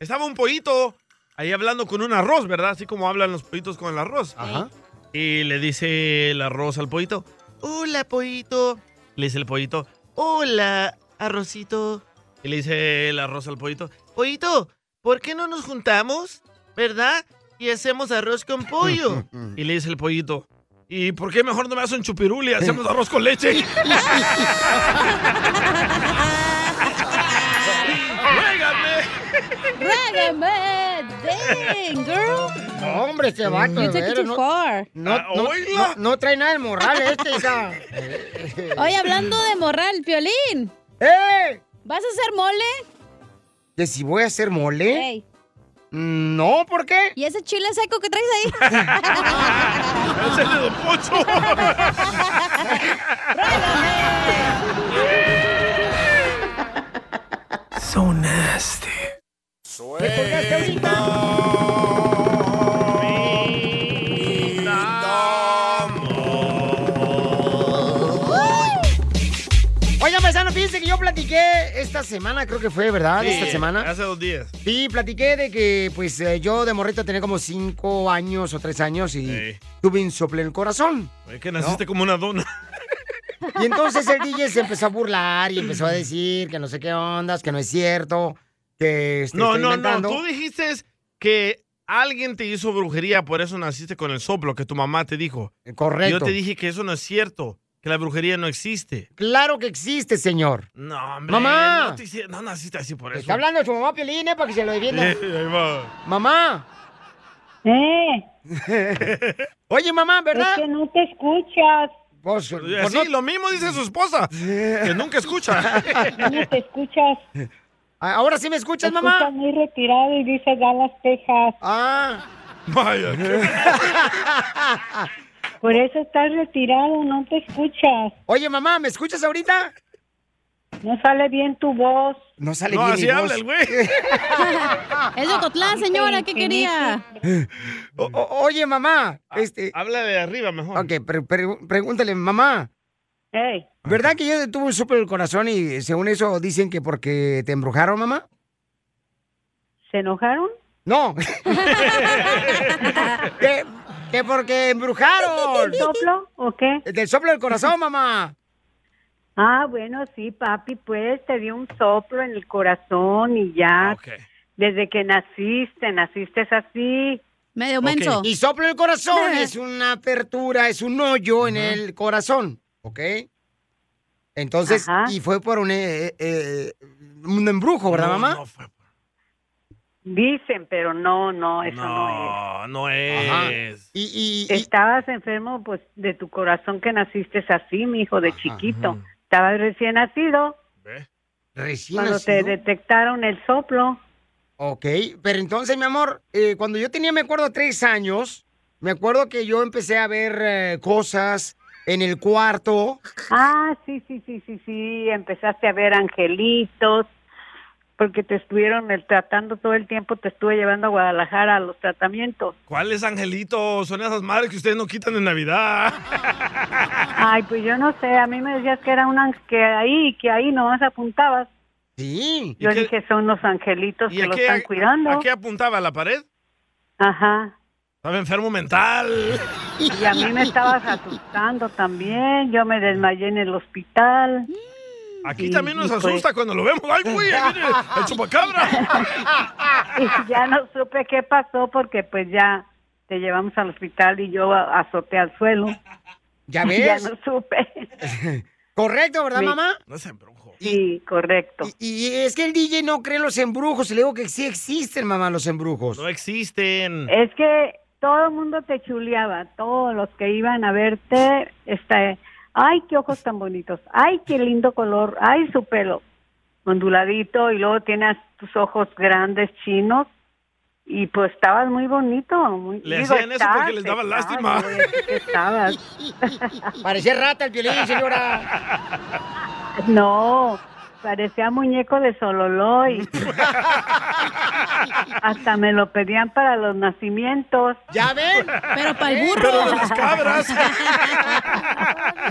Speaker 2: Estaba un pollito ahí hablando con un arroz, ¿verdad? Así como hablan los pollitos con el arroz. Ajá. Y le dice el arroz al pollito. Hola, pollito. Le dice el pollito. Hola, arrocito. Y le dice el arroz al pollito. Pollito, ¿por qué no nos juntamos? ¿Verdad? Y hacemos arroz con pollo. y le dice el pollito. ¿Y por qué mejor no me hacen chupirul y hacemos arroz con leche?
Speaker 3: ¡Ruégame! ¡Dang, girl!
Speaker 9: No, hombre, este vato.
Speaker 3: Mm. You
Speaker 9: de
Speaker 3: took it
Speaker 9: veras,
Speaker 3: too
Speaker 9: no,
Speaker 3: far. Ah,
Speaker 9: no, no, no, no trae nada de morral este, hija.
Speaker 3: Ah. Oye, hablando de morral, Piolín.
Speaker 9: ¡Eh!
Speaker 3: ¿Vas a hacer mole?
Speaker 1: ¿Que si voy a hacer mole?
Speaker 3: Ey,
Speaker 1: Mm, No, ¿por qué?
Speaker 3: ¿Y ese chile seco que traes ahí?
Speaker 2: ¡Ese es de Don Pocho!
Speaker 4: So nasty.
Speaker 9: Oigan, paisano, fíjense que yo platiqué esta semana, creo que fue,
Speaker 1: Ah,
Speaker 9: ¿verdad?
Speaker 2: Sí,
Speaker 9: esta semana.
Speaker 2: Hace dos días.
Speaker 1: Sí, platiqué de que pues eh, yo de morrito tenía como cinco años o tres años y tuve un sople en el corazón.
Speaker 2: Es que naciste como una dona.
Speaker 1: Y entonces el DJ se empezó a burlar y empezó a decir que no sé qué ondas, que no es cierto, que este,
Speaker 2: No,
Speaker 1: estoy
Speaker 2: no,
Speaker 1: inventando.
Speaker 2: no. Tú dijiste que alguien te hizo brujería, por eso naciste con el soplo que tu mamá te dijo.
Speaker 1: Eh, Correcto.
Speaker 2: Yo te dije que eso no es cierto. Que la brujería no existe.
Speaker 1: Claro que existe, señor.
Speaker 2: No, hombre.
Speaker 1: Mamá.
Speaker 2: No, te hice- no naciste así por eso.
Speaker 1: Está hablando su mamá Piolín, ¿eh? Para que se lo defienda.
Speaker 2: Eh, ahí va.
Speaker 1: mamá.
Speaker 19: Eh.
Speaker 1: Oye, mamá, ¿verdad?
Speaker 19: Es que no te escuchas.
Speaker 1: Vos,
Speaker 2: Así, lo mismo dice su esposa. Que nunca escucha.
Speaker 19: No te escuchas.
Speaker 1: Ahora sí me escuchas,
Speaker 19: Te
Speaker 1: mamá.
Speaker 19: escuchas muy retirado y dice Dallas, Texas.
Speaker 1: Ah.
Speaker 2: Vaya,
Speaker 19: Por eso estás retirado, no te escuchas.
Speaker 1: Oye, mamá, ¿me escuchas ahorita?
Speaker 19: No sale bien tu voz.
Speaker 1: No sale
Speaker 2: No,
Speaker 1: bien.
Speaker 2: así
Speaker 1: mi
Speaker 2: habla
Speaker 1: voz.
Speaker 2: el güey.
Speaker 1: Es de Cotlán,
Speaker 19: señora, ¿qué quería?
Speaker 1: oye, mamá. Este...
Speaker 2: Habla Ah, de arriba mejor.
Speaker 1: Ok, pre- pre- pregúntale, mamá. ¿Verdad que yo tuve un soplo del corazón y según eso dicen que porque te embrujaron, mamá?
Speaker 19: ¿Se enojaron?
Speaker 1: No. que, que porque embrujaron.
Speaker 19: ¿Soplo o qué?
Speaker 1: Del soplo del corazón, mamá.
Speaker 19: Ah, bueno, sí, papi, pues te dio un soplo en el corazón y ya. Desde que naciste, naciste así.
Speaker 3: Medio
Speaker 1: menso. Y soplo en el corazón es una apertura, es un hoyo en Ajá. el corazón, ¿ok? Entonces,
Speaker 19: Ajá.
Speaker 1: y fue por un, eh, eh, un embrujo, ¿verdad,
Speaker 19: No,
Speaker 1: mamá?
Speaker 19: no Dicen, pero no, no, eso no,
Speaker 2: No, no es.
Speaker 1: Y,
Speaker 19: Estabas enfermo pues de tu corazón que naciste así, mi hijo, de chiquito. Estabas recién nacido
Speaker 1: Recién
Speaker 19: cuando te
Speaker 1: nacido.
Speaker 19: detectaron el soplo.
Speaker 1: Ok, pero entonces, mi amor, eh, cuando yo tenía, me acuerdo, tres años, me acuerdo que yo empecé a ver eh, cosas en el cuarto.
Speaker 19: Ah, sí, sí, sí, sí, sí, empezaste a ver angelitos, porque te estuvieron el- tratando todo el tiempo, te estuve llevando a Guadalajara a los tratamientos.
Speaker 2: ¿Cuáles angelitos? Son esas madres que ustedes no quitan de Navidad.
Speaker 19: Ay, pues yo no sé, a mí me decías que era un ángel, que ahí, que ahí nomás apuntabas.
Speaker 1: Sí.
Speaker 19: Yo dije, son los angelitos
Speaker 2: ¿Y
Speaker 19: que
Speaker 2: a
Speaker 19: lo
Speaker 2: qué-
Speaker 19: están cuidando.
Speaker 2: ¿A qué apuntaba? ¿A la pared?
Speaker 19: Ajá.
Speaker 2: Estaba enfermo mental.
Speaker 19: Y a mí me estabas asustando también, yo me desmayé en el hospital.
Speaker 2: Aquí
Speaker 19: Y-
Speaker 2: también nos
Speaker 19: y pues-
Speaker 2: asusta cuando lo vemos. ¡Ay, güey! ahí viene el chupacabra!
Speaker 19: Y ya no supe qué pasó porque pues ya te llevamos al hospital y yo a- azoté al suelo.
Speaker 1: ¿Ya
Speaker 19: Y
Speaker 1: ves?
Speaker 19: Ya no supe.
Speaker 1: Correcto, ¿verdad,
Speaker 19: Sí.
Speaker 1: mamá?
Speaker 2: No es embrujo.
Speaker 19: Sí, correcto.
Speaker 1: Y, y es que el DJ no cree en los embrujos, y le digo que sí existen, mamá, los embrujos.
Speaker 2: No existen.
Speaker 19: Es que todo el mundo te chuleaba, todos los que iban a verte, este, ay, qué ojos tan bonitos, ay, qué lindo color, ay, su pelo onduladito y luego tienes tus ojos grandes chinos y pues estabas muy bonito. Muy,
Speaker 2: Le
Speaker 19: digo,
Speaker 2: hacían eso
Speaker 19: estás,
Speaker 2: porque les daba
Speaker 19: estás,
Speaker 2: lástima.
Speaker 19: yo voy a decir que estabas.
Speaker 1: Parecía rata el violín, señora.
Speaker 19: No, parecía muñeco de Sololoy. Hasta me lo pedían para los nacimientos.
Speaker 1: ¿Ya ven?
Speaker 3: Pero para el burro.
Speaker 19: Pero de las
Speaker 2: cabras.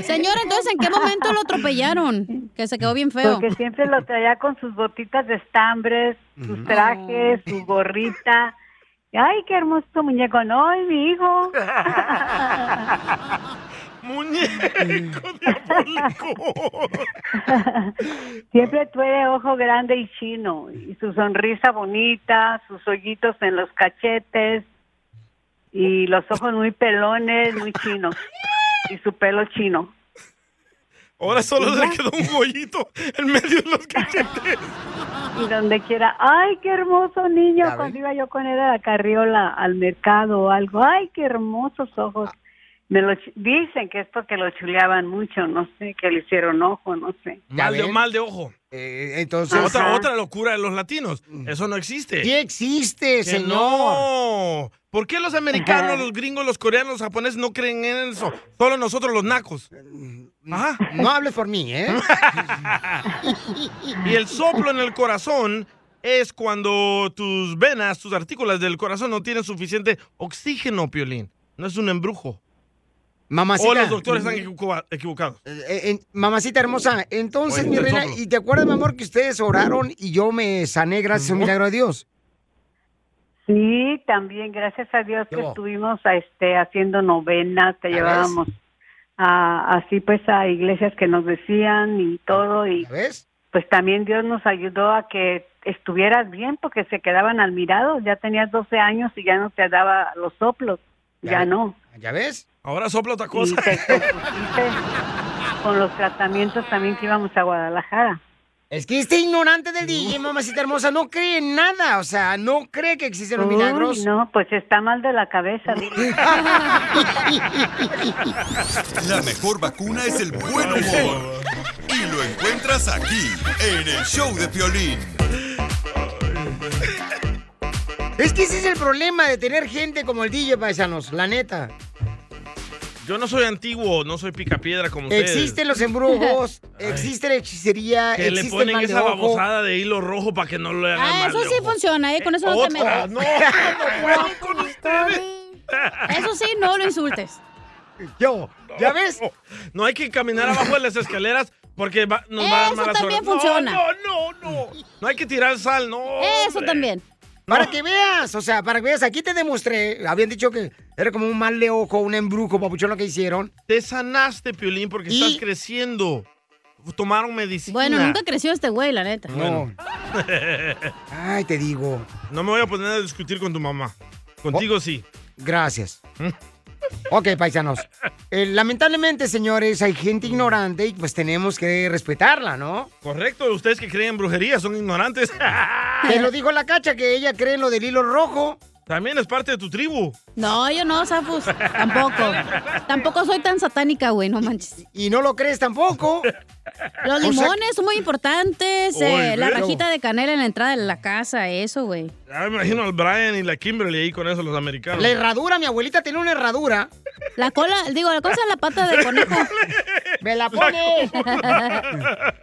Speaker 3: Señora, entonces, ¿en qué momento lo atropellaron? Que se quedó bien feo.
Speaker 19: Porque siempre lo traía con sus botitas de estambres, sus trajes, su gorrita. Y, Ay, qué hermoso muñeco. No, es mi hijo.
Speaker 2: ¡Muñeco
Speaker 8: Mm.
Speaker 2: diabólico!
Speaker 19: Siempre tuve ojo grande y chino. Y su sonrisa bonita, sus hoyitos en los cachetes. Y los ojos muy pelones, muy chinos. Y su pelo chino.
Speaker 2: Ahora solo
Speaker 19: ¿Ya?
Speaker 2: le quedó un hoyito en medio de los cachetes.
Speaker 19: Y donde quiera, ay, qué hermoso niño. Cuando iba yo con él a la carriola, al mercado o algo, ay, qué hermosos ojos. Me lo chu- dicen que es porque lo chuleaban mucho, no sé, que le hicieron ojo, no sé.
Speaker 2: Mal de, mal de ojo.
Speaker 1: Eh, entonces-
Speaker 2: Otra,
Speaker 1: Ajá. Mm.
Speaker 2: otra locura de los latinos. Eso no existe.
Speaker 1: Sí existe,
Speaker 2: Que
Speaker 1: señor.
Speaker 2: No. ¿Por qué los americanos,
Speaker 1: Ajá.
Speaker 2: los gringos, los coreanos, los japoneses no creen en eso? Solo nosotros los nacos. Ajá.
Speaker 1: Mm, No hables por mí, ¿eh?
Speaker 2: Y el soplo en el corazón es cuando tus venas, tus artículas del corazón no tienen suficiente oxígeno, Piolín. No es un embrujo.
Speaker 1: Mamacita.
Speaker 2: O los doctores están equivoca- equivocados.
Speaker 1: Eh, eh, mamacita hermosa, entonces,
Speaker 2: Oye,
Speaker 1: mi
Speaker 2: el
Speaker 1: reina,
Speaker 2: soplo.
Speaker 1: ¿y te acuerdas, mi amor, que ustedes oraron y yo me sané gracias a un milagro de Dios?
Speaker 19: Sí, también, gracias a Dios que
Speaker 1: hubo?
Speaker 19: estuvimos a, este, haciendo novenas, te
Speaker 1: ves?
Speaker 19: llevábamos a, así pues a iglesias que nos decían y todo. y Pues también Dios nos ayudó a que estuvieras bien porque se quedaban al mirado. Ya tenías 12 años y ya no te daba los soplos, ya, no.
Speaker 1: ¿Ya ves?
Speaker 2: Ahora sopla otra cosa.
Speaker 9: con los tratamientos también que íbamos a Guadalajara.
Speaker 1: Es que este ignorante del DJ, mamacita hermosa, no cree en nada. O sea, no cree que existen los
Speaker 9: Uy,
Speaker 1: milagros.
Speaker 9: no, pues está mal de la cabeza. dile.
Speaker 4: La mejor vacuna es el buen humor. Y lo encuentras aquí, en el show de Piolín.
Speaker 1: Es que ese es el problema de tener gente como el DJ, paisanos, la neta.
Speaker 2: Yo no soy antiguo, no soy picapiedra como ustedes.
Speaker 1: Existen los embrujos, existe la hechicería,
Speaker 2: Que le
Speaker 1: existe Ah, el
Speaker 2: ponen
Speaker 1: mal de
Speaker 2: esa
Speaker 1: ojo.
Speaker 2: babosada de hilo rojo para que no lo hagan
Speaker 3: Ah,
Speaker 2: mal
Speaker 3: eso
Speaker 2: de
Speaker 3: sí
Speaker 2: ojo.
Speaker 3: funciona, ¿eh? Con eso no te
Speaker 2: Otra,
Speaker 3: metas.
Speaker 2: no,
Speaker 3: Eso sí, no lo insultes.
Speaker 1: Yo,
Speaker 2: ¿ya ves? No hay que caminar abajo de las escaleras porque va- nos va a dar
Speaker 3: Eso
Speaker 2: malas
Speaker 3: también
Speaker 2: horas. No,
Speaker 3: funciona.
Speaker 2: No, no, no. No hay que tirar sal, no.
Speaker 1: Eso
Speaker 2: hombre.
Speaker 1: también. Para que veas, o sea, para que veas, aquí te demostré, habían dicho que era como un mal de ojo, un embrujo, papuchón lo que hicieron.
Speaker 2: Te sanaste, Piolín, porque estás creciendo. Tomaron medicina.
Speaker 3: Bueno, nunca creció este güey, la neta.
Speaker 2: Bueno.
Speaker 1: Ay, te digo. Oh,
Speaker 2: No me voy a poner a discutir con tu mamá. Contigo sí.
Speaker 1: Gracias. Ok, paisanos. Eh, lamentablemente, señores, hay gente ignorante y pues tenemos que respetarla, ¿no?
Speaker 2: Correcto, ustedes que creen en brujería son ignorantes.
Speaker 3: Ah.
Speaker 1: Te lo dijo la cacha que ella cree en lo del hilo rojo.
Speaker 2: También es parte de tu tribu.
Speaker 3: No, yo no, Zafus. Tampoco. Tampoco soy tan satánica, güey, no manches.
Speaker 1: Y no lo crees tampoco.
Speaker 3: Los
Speaker 1: O sea-
Speaker 3: limones son muy importantes. eh,
Speaker 2: Oy,
Speaker 3: la
Speaker 2: veo.
Speaker 3: rajita de canela en la entrada de la casa, eso, güey.
Speaker 2: Ya me imagino al Brian y la Kimberly ahí con eso, los americanos.
Speaker 3: La
Speaker 1: herradura, mi abuelita tenía una herradura.
Speaker 3: La cola, digo, la cosa de la pata de conejo.
Speaker 1: ¡Me la pone!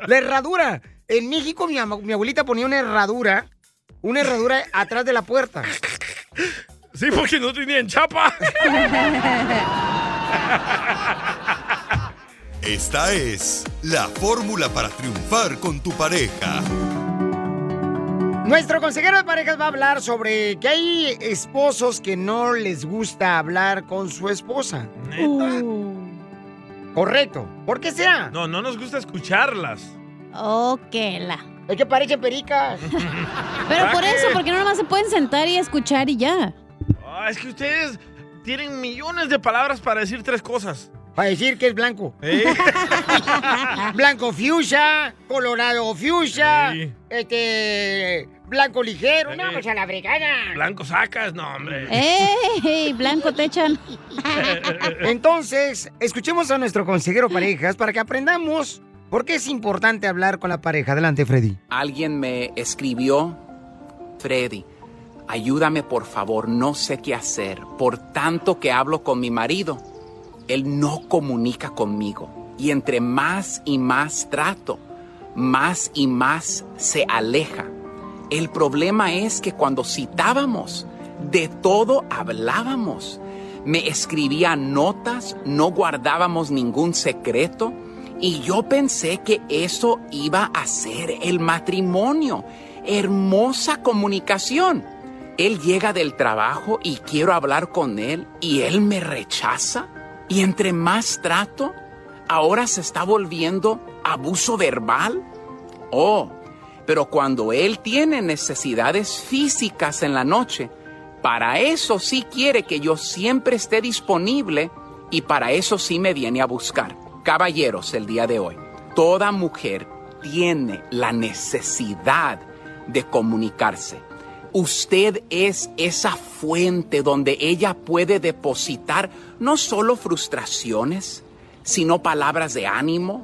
Speaker 1: La herradura. En México mi, ama- mi abuelita ponía una herradura, una herradura atrás de la puerta.
Speaker 2: Sí, porque no tenían chapa.
Speaker 4: Esta es la fórmula para triunfar con tu pareja.
Speaker 1: Nuestro consejero de parejas va a hablar sobre que hay esposos que no les gusta hablar con su esposa. Uh. Correcto. ¿Por qué será?
Speaker 2: No, no nos gusta escucharlas.
Speaker 3: Oh, que la.
Speaker 1: Es que parecen pericas.
Speaker 3: Pero por eso,
Speaker 2: Saque.
Speaker 3: porque no nomás se pueden sentar y escuchar y ya.
Speaker 2: Ah, es que ustedes tienen millones de palabras para decir tres cosas.
Speaker 1: Para decir que es blanco.
Speaker 2: ¿Eh?
Speaker 1: Blanco fuchsia, colorado fuchsia, este, blanco ligero, no,
Speaker 2: Sí.
Speaker 1: pues a la brigada.
Speaker 2: Blanco sacas, no, hombre.
Speaker 3: Eh. ¡Ey! Blanco te echan.
Speaker 1: Entonces, escuchemos a nuestro consejero parejas para que aprendamos por qué es importante hablar con la pareja. Adelante, Freddy.
Speaker 20: Alguien me escribió, Freddy, ayúdame por favor, no sé qué hacer. Por tanto que hablo con mi marido, él no comunica conmigo. Y entre más y más trato, más y más se aleja. El problema es que cuando citábamos, de todo hablábamos. Me escribía notas, no guardábamos ningún secreto y yo pensé que eso iba a ser el matrimonio. Hermosa comunicación. Él llega del trabajo y quiero hablar con él y él me rechaza. Y entre más trato, ahora se está volviendo abuso verbal. Oh, pero cuando él tiene necesidades físicas en la noche, para eso sí quiere que yo siempre esté disponible y para eso sí me viene a buscar. Caballeros, el día de hoy, toda mujer tiene la necesidad de comunicarse. Usted es esa fuente donde ella puede depositar no solo frustraciones, sino palabras de ánimo,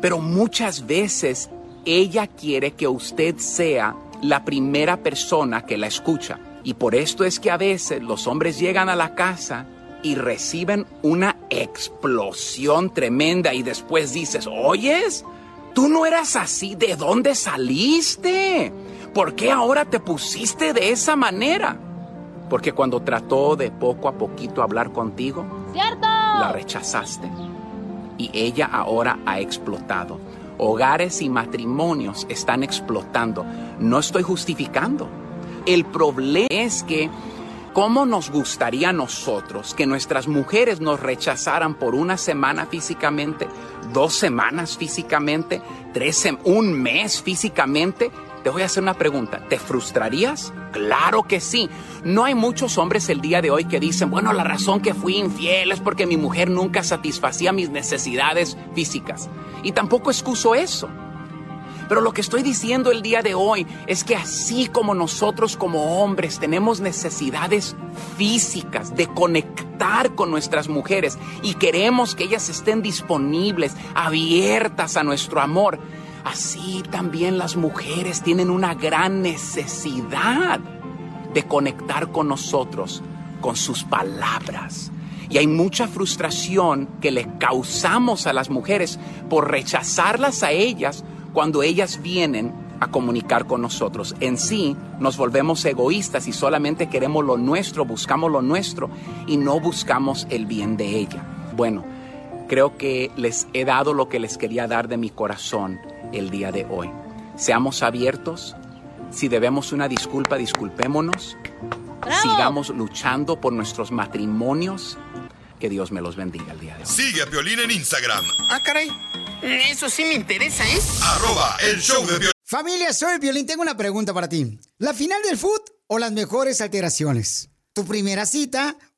Speaker 20: pero muchas veces ella quiere que usted sea la primera persona que la escucha. Y por esto es que a veces los hombres llegan a la casa y reciben una explosión tremenda y después dices, oyes, tú no eras así, ¿de dónde saliste? ¿Por qué ahora te pusiste de esa manera? Porque cuando trató de poco a poquito hablar contigo,
Speaker 3: ¡Cierto!
Speaker 20: la rechazaste y ella ahora ha explotado. Hogares y matrimonios están explotando. No estoy justificando. El problema es que, ¿cómo nos gustaría a nosotros que nuestras mujeres nos rechazaran por una semana físicamente, dos semanas físicamente, tres sem- un mes físicamente? Te voy a hacer una pregunta. ¿Te frustrarías? Claro que sí. No hay muchos hombres el día de hoy que dicen, bueno, la razón que fui infiel es porque mi mujer nunca satisfacía mis necesidades físicas. Y tampoco excuso eso. Pero lo que estoy diciendo el día de hoy es que así como nosotros como hombres tenemos necesidades físicas de conectar con nuestras mujeres y queremos que ellas estén disponibles, abiertas a nuestro amor, así también las mujeres tienen una gran necesidad de conectar con nosotros, con sus palabras. Y hay mucha frustración que le causamos a las mujeres por rechazarlas a ellas cuando ellas vienen a comunicar con nosotros. En sí nos volvemos egoístas y solamente queremos lo nuestro, buscamos lo nuestro y no buscamos el bien de ella. Bueno, creo que les he dado lo que les quería dar de mi corazón el día de hoy. Seamos abiertos, si debemos una disculpa, disculpémonos, sigamos luchando por nuestros matrimonios, que Dios me los bendiga el día de hoy.
Speaker 4: Sigue a Piolín en Instagram.
Speaker 21: Ah, caray. Eso sí me interesa, ¿eh?
Speaker 4: Arroba el show de Piolín.
Speaker 22: Familia, soy Violín. Tengo una pregunta para ti. ¿La final del foot o las mejores alteraciones? ¿Tu primera cita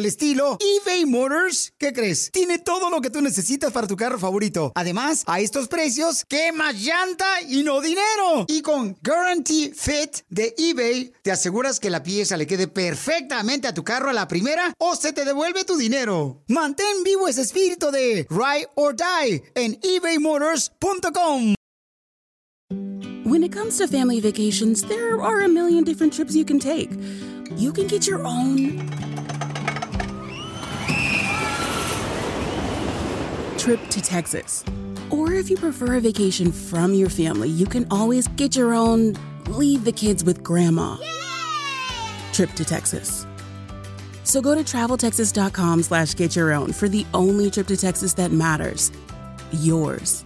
Speaker 22: el estilo, eBay Motors, ¿qué crees? Tiene todo lo que tú necesitas para tu carro favorito. Además, a estos precios, ¿qué más llanta y no dinero? Y con Guarantee Fit de eBay, te aseguras que la pieza le quede perfectamente a tu carro a la primera o se te devuelve tu dinero. Mantén vivo ese espíritu de Ride or Die en ebaymotors.com.
Speaker 23: When it comes to family vacations, there are a million different trips you can take. You can get your own trip to Texas. Or if you prefer a vacation from your family, you can always get your own leave the kids with grandma trip to Texas. So go to traveltexas.com slash get your own for the only trip to Texas that matters. Yours.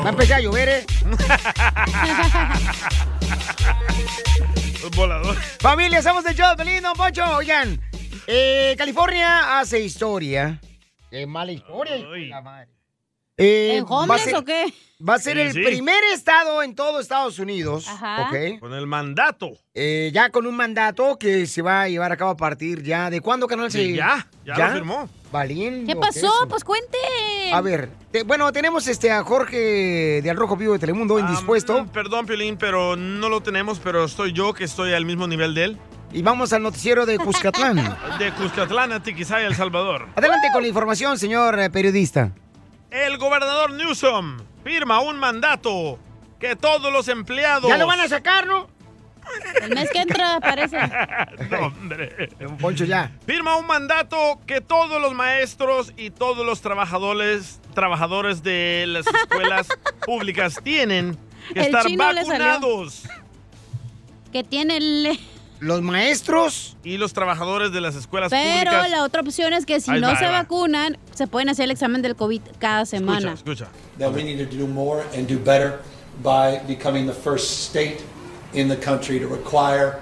Speaker 1: Va a empezar a llover, ¿eh?
Speaker 2: Volador.
Speaker 1: Familia, somos el show, Pelino, Poncho. Oigan, eh, California hace historia. Qué mala historia, hijo de la madre. Eh,
Speaker 3: ¿En
Speaker 1: va a
Speaker 3: homeless
Speaker 1: ser-
Speaker 3: o qué?
Speaker 1: Va a ser
Speaker 2: Sí,
Speaker 1: el
Speaker 2: sí.
Speaker 1: primer estado en todo Estados Unidos.
Speaker 3: Ajá.
Speaker 1: ¿ok?
Speaker 2: Con el mandato.
Speaker 1: Eh, ya con un mandato que se va a llevar a cabo a partir ya. ¿De cuándo, canal?
Speaker 2: Sí,
Speaker 1: se-
Speaker 2: ya, ya lo firmó.
Speaker 1: Valiendo,
Speaker 3: ¿Qué
Speaker 1: que
Speaker 3: pasó?
Speaker 1: eso.
Speaker 3: Pues cuente.
Speaker 1: A ver, te- bueno, tenemos este a Jorge de Al Rojo Vivo de
Speaker 2: Ah,
Speaker 1: Telemundo indispuesto.
Speaker 2: Perdón, Piolín, pero no lo tenemos, pero estoy yo que estoy al mismo nivel de él.
Speaker 1: Y vamos al noticiero de Cuscatlán.
Speaker 2: De Cuscatlán a Tiquisaya, El Salvador.
Speaker 1: Adelante con la información, señor eh, periodista.
Speaker 2: El gobernador Newsom firma un mandato que todos los empleados...
Speaker 1: Ya lo van a sacar, ¿no?
Speaker 3: El mes que entra, parece.
Speaker 2: No, hombre.
Speaker 1: Poncho,
Speaker 2: eh,
Speaker 1: ya.
Speaker 2: Firma un mandato que todos los maestros y todos los trabajadores, trabajadores de las escuelas públicas tienen que
Speaker 3: El
Speaker 2: estar
Speaker 3: chino le salió.
Speaker 2: vacunados.
Speaker 3: Que tiene el...
Speaker 1: Los maestros
Speaker 2: y los trabajadores de las escuelas
Speaker 3: Pero
Speaker 2: públicas.
Speaker 3: la otra opción es que si
Speaker 2: Ahí
Speaker 3: no
Speaker 2: va,
Speaker 3: se
Speaker 2: ahí va.
Speaker 3: vacunan, se pueden hacer el examen del COVID cada semana.
Speaker 2: escucha.
Speaker 24: That we need to do more and do better by becoming the first state in the country to require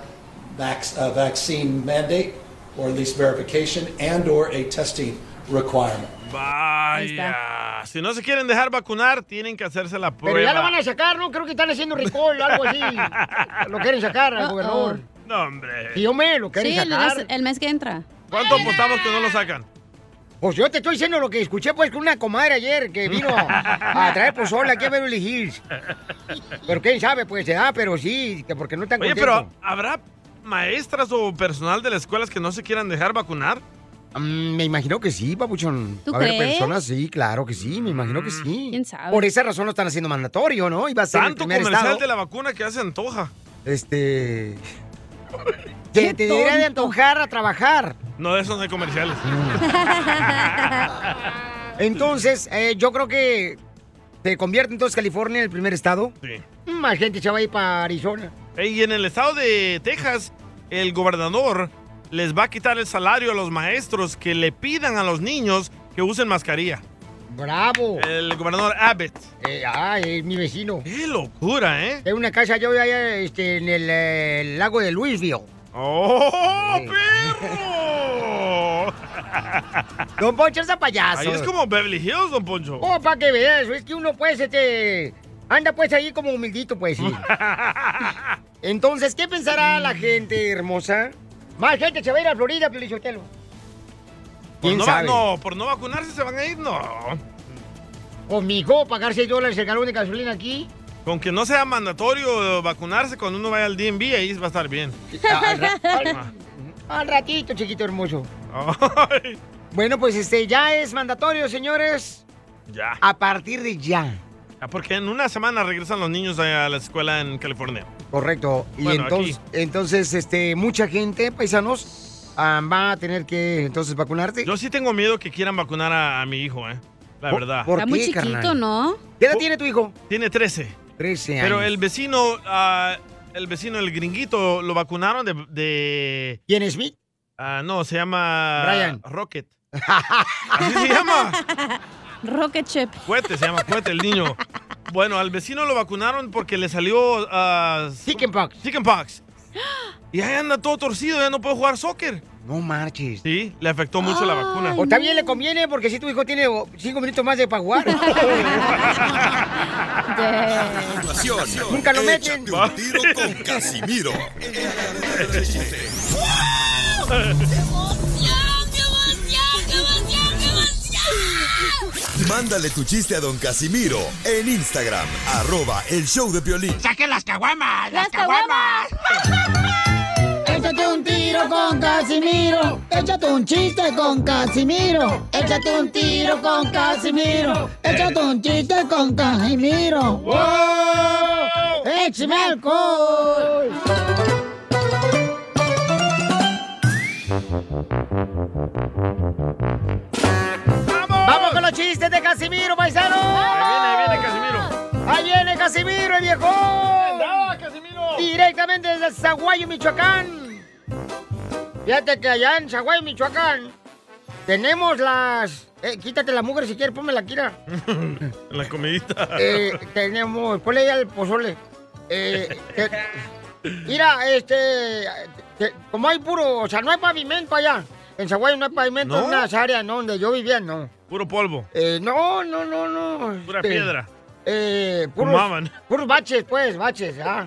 Speaker 24: vac- a vaccine mandate or at least verification and or a testing requirement.
Speaker 2: Vaya. Si no se quieren dejar vacunar, tienen que hacerse la prueba.
Speaker 1: Pero ya lo van a sacar, ¿no? Creo que están haciendo recall o algo así. lo quieren sacar al
Speaker 3: Uh-oh.
Speaker 1: gobernador.
Speaker 2: No, hombre.
Speaker 1: Sí, hombre, lo quieren
Speaker 3: Sí, el
Speaker 1: sacar.
Speaker 3: mes, el mes que entra.
Speaker 2: ¿Cuánto apostamos que no lo sacan?
Speaker 1: Pues yo te estoy diciendo lo que escuché pues con una comadre ayer que vino a traer pozola aquí a Beverly Hills. Pero quién sabe, pues se da, pero sí, que porque no están
Speaker 2: Oye,
Speaker 1: contentos.
Speaker 2: pero ¿habrá maestras o personal de las escuelas que no se quieran dejar vacunar?
Speaker 1: Mm, me imagino que sí, papuchón.
Speaker 3: ¿Tú
Speaker 1: Va a haber
Speaker 3: crees? Mm,
Speaker 1: personas, sí, claro que sí, me imagino que sí.
Speaker 3: ¿Quién sabe?
Speaker 1: Por esa razón lo están haciendo mandatorio, ¿no? Iba a ser el
Speaker 2: Tanto
Speaker 1: primer
Speaker 2: comercial
Speaker 1: estado.
Speaker 2: de la vacuna que ya se antoja.
Speaker 1: Este. Que te debería de antojar a trabajar.
Speaker 2: No, de esos no hay comerciales.
Speaker 1: Entonces, eh, yo creo que se convierte entonces California en el primer estado. Mm,
Speaker 2: Sí.
Speaker 1: Más gente se va a ir para Arizona.
Speaker 2: Ey, y en el estado de Texas, el gobernador les va a quitar el salario a los maestros que le pidan a los niños que usen mascarilla.
Speaker 1: ¡Bravo!
Speaker 2: El gobernador Abbott.
Speaker 1: ah, es mi vecino.
Speaker 2: ¡Qué locura, eh!
Speaker 1: Es una casa yo allá este, en el, eh, el lago de Louisville.
Speaker 2: ¡Oh, perro!
Speaker 1: Don Poncho es a payaso.
Speaker 2: Ahí es como Beverly Hills, don Poncho.
Speaker 1: Oh, para que veas, es que uno pues, este, anda pues ahí como humildito, pues sí. Entonces, ¿qué pensará la gente hermosa? Más gente se va a ir a Florida, Pelichotelo.
Speaker 2: Por
Speaker 1: ¿Quién
Speaker 2: Pues no, va-
Speaker 1: sabe?
Speaker 2: no, por no vacunarse se van a ir, no.
Speaker 1: O Pues, mijo, pagar 6 dólares el galón de gasolina aquí.
Speaker 2: Con que no sea mandatorio vacunarse cuando uno vaya al DMV, ahí va a estar bien.
Speaker 1: Ah,
Speaker 2: Ah,
Speaker 1: Al ratito, chiquito hermoso.
Speaker 2: Ay,
Speaker 1: Bueno, pues este, ya es mandatorio, señores.
Speaker 2: ya.
Speaker 1: A partir de ya.
Speaker 2: Ah, Porque en una semana regresan los niños a la escuela en California.
Speaker 1: Correcto. Y
Speaker 2: Bueno,
Speaker 1: entonces, entonces, este, mucha gente, paisanos, ah, va a tener que entonces vacunarte.
Speaker 2: Yo sí tengo miedo que quieran vacunar a, a mi hijo, ¿eh? La
Speaker 1: ¿Por-
Speaker 2: verdad.
Speaker 1: por Está muy qué, chiquito, carnal?
Speaker 3: ¿no?
Speaker 1: ¿Qué edad tiene tu hijo?
Speaker 2: Oh, Tiene 13.
Speaker 1: 13 años.
Speaker 2: Pero el vecino, ah, el vecino, el gringuito, lo vacunaron de... de-
Speaker 1: ¿Quién es Smith?
Speaker 2: Ah, no, se llama...
Speaker 3: Brian.
Speaker 2: Rocket. Así se llama.
Speaker 3: Rocket Chip.
Speaker 2: Cuete, se llama Cuete el niño. Bueno, al vecino lo vacunaron porque le salió... ah,
Speaker 1: chickenpox.
Speaker 2: Chickenpox. Y ahí anda todo torcido, ya no puede jugar soccer.
Speaker 1: No marches.
Speaker 2: Sí, le afectó mucho la vacuna.
Speaker 1: O también le conviene porque si tu hijo tiene oh, cinco minutos más de para jugar. Nunca lo meten.
Speaker 4: Échate un tiro con Casimiro. Mándale tu chiste a don Casimiro en Instagram, arroba el show de violín.
Speaker 8: ¡Saquen las caguamas! ¡Las caguamas! Échate un tiro con Casimiro. Échate un chiste con Casimiro. Échate un tiro con Casimiro. Échate un chiste con Casimiro. ¡Wow! ¡Échame alcohol!
Speaker 1: ¡Vamos con los chistes de Casimiro, paisano! ¡Ahí viene, viene Casimiro! ¡Ahí viene Casimiro, el viejo! ¡Andaba, Casimiro! Directamente desde Zaguayo, Michoacán. Fíjate que allá en Zaguayo, Michoacán, tenemos las... Eh, quítate la mugre si quieres, pónmela, Kira.
Speaker 2: en la comidita.
Speaker 1: Eh, tenemos... Ponle ya el pozole. Eh, te- mira, este... te- como hay puro... O sea, no hay pavimento allá. En Zaguayo no hay pavimento
Speaker 2: ¿No?
Speaker 1: en unas áreas, ¿no? Donde yo vivía, no.
Speaker 2: Puro polvo.
Speaker 1: Eh, no, no, no, no.
Speaker 2: Pura
Speaker 1: este,
Speaker 2: piedra.
Speaker 1: Eh, puros,
Speaker 2: Fumaban.
Speaker 1: puros baches, pues, baches, ah.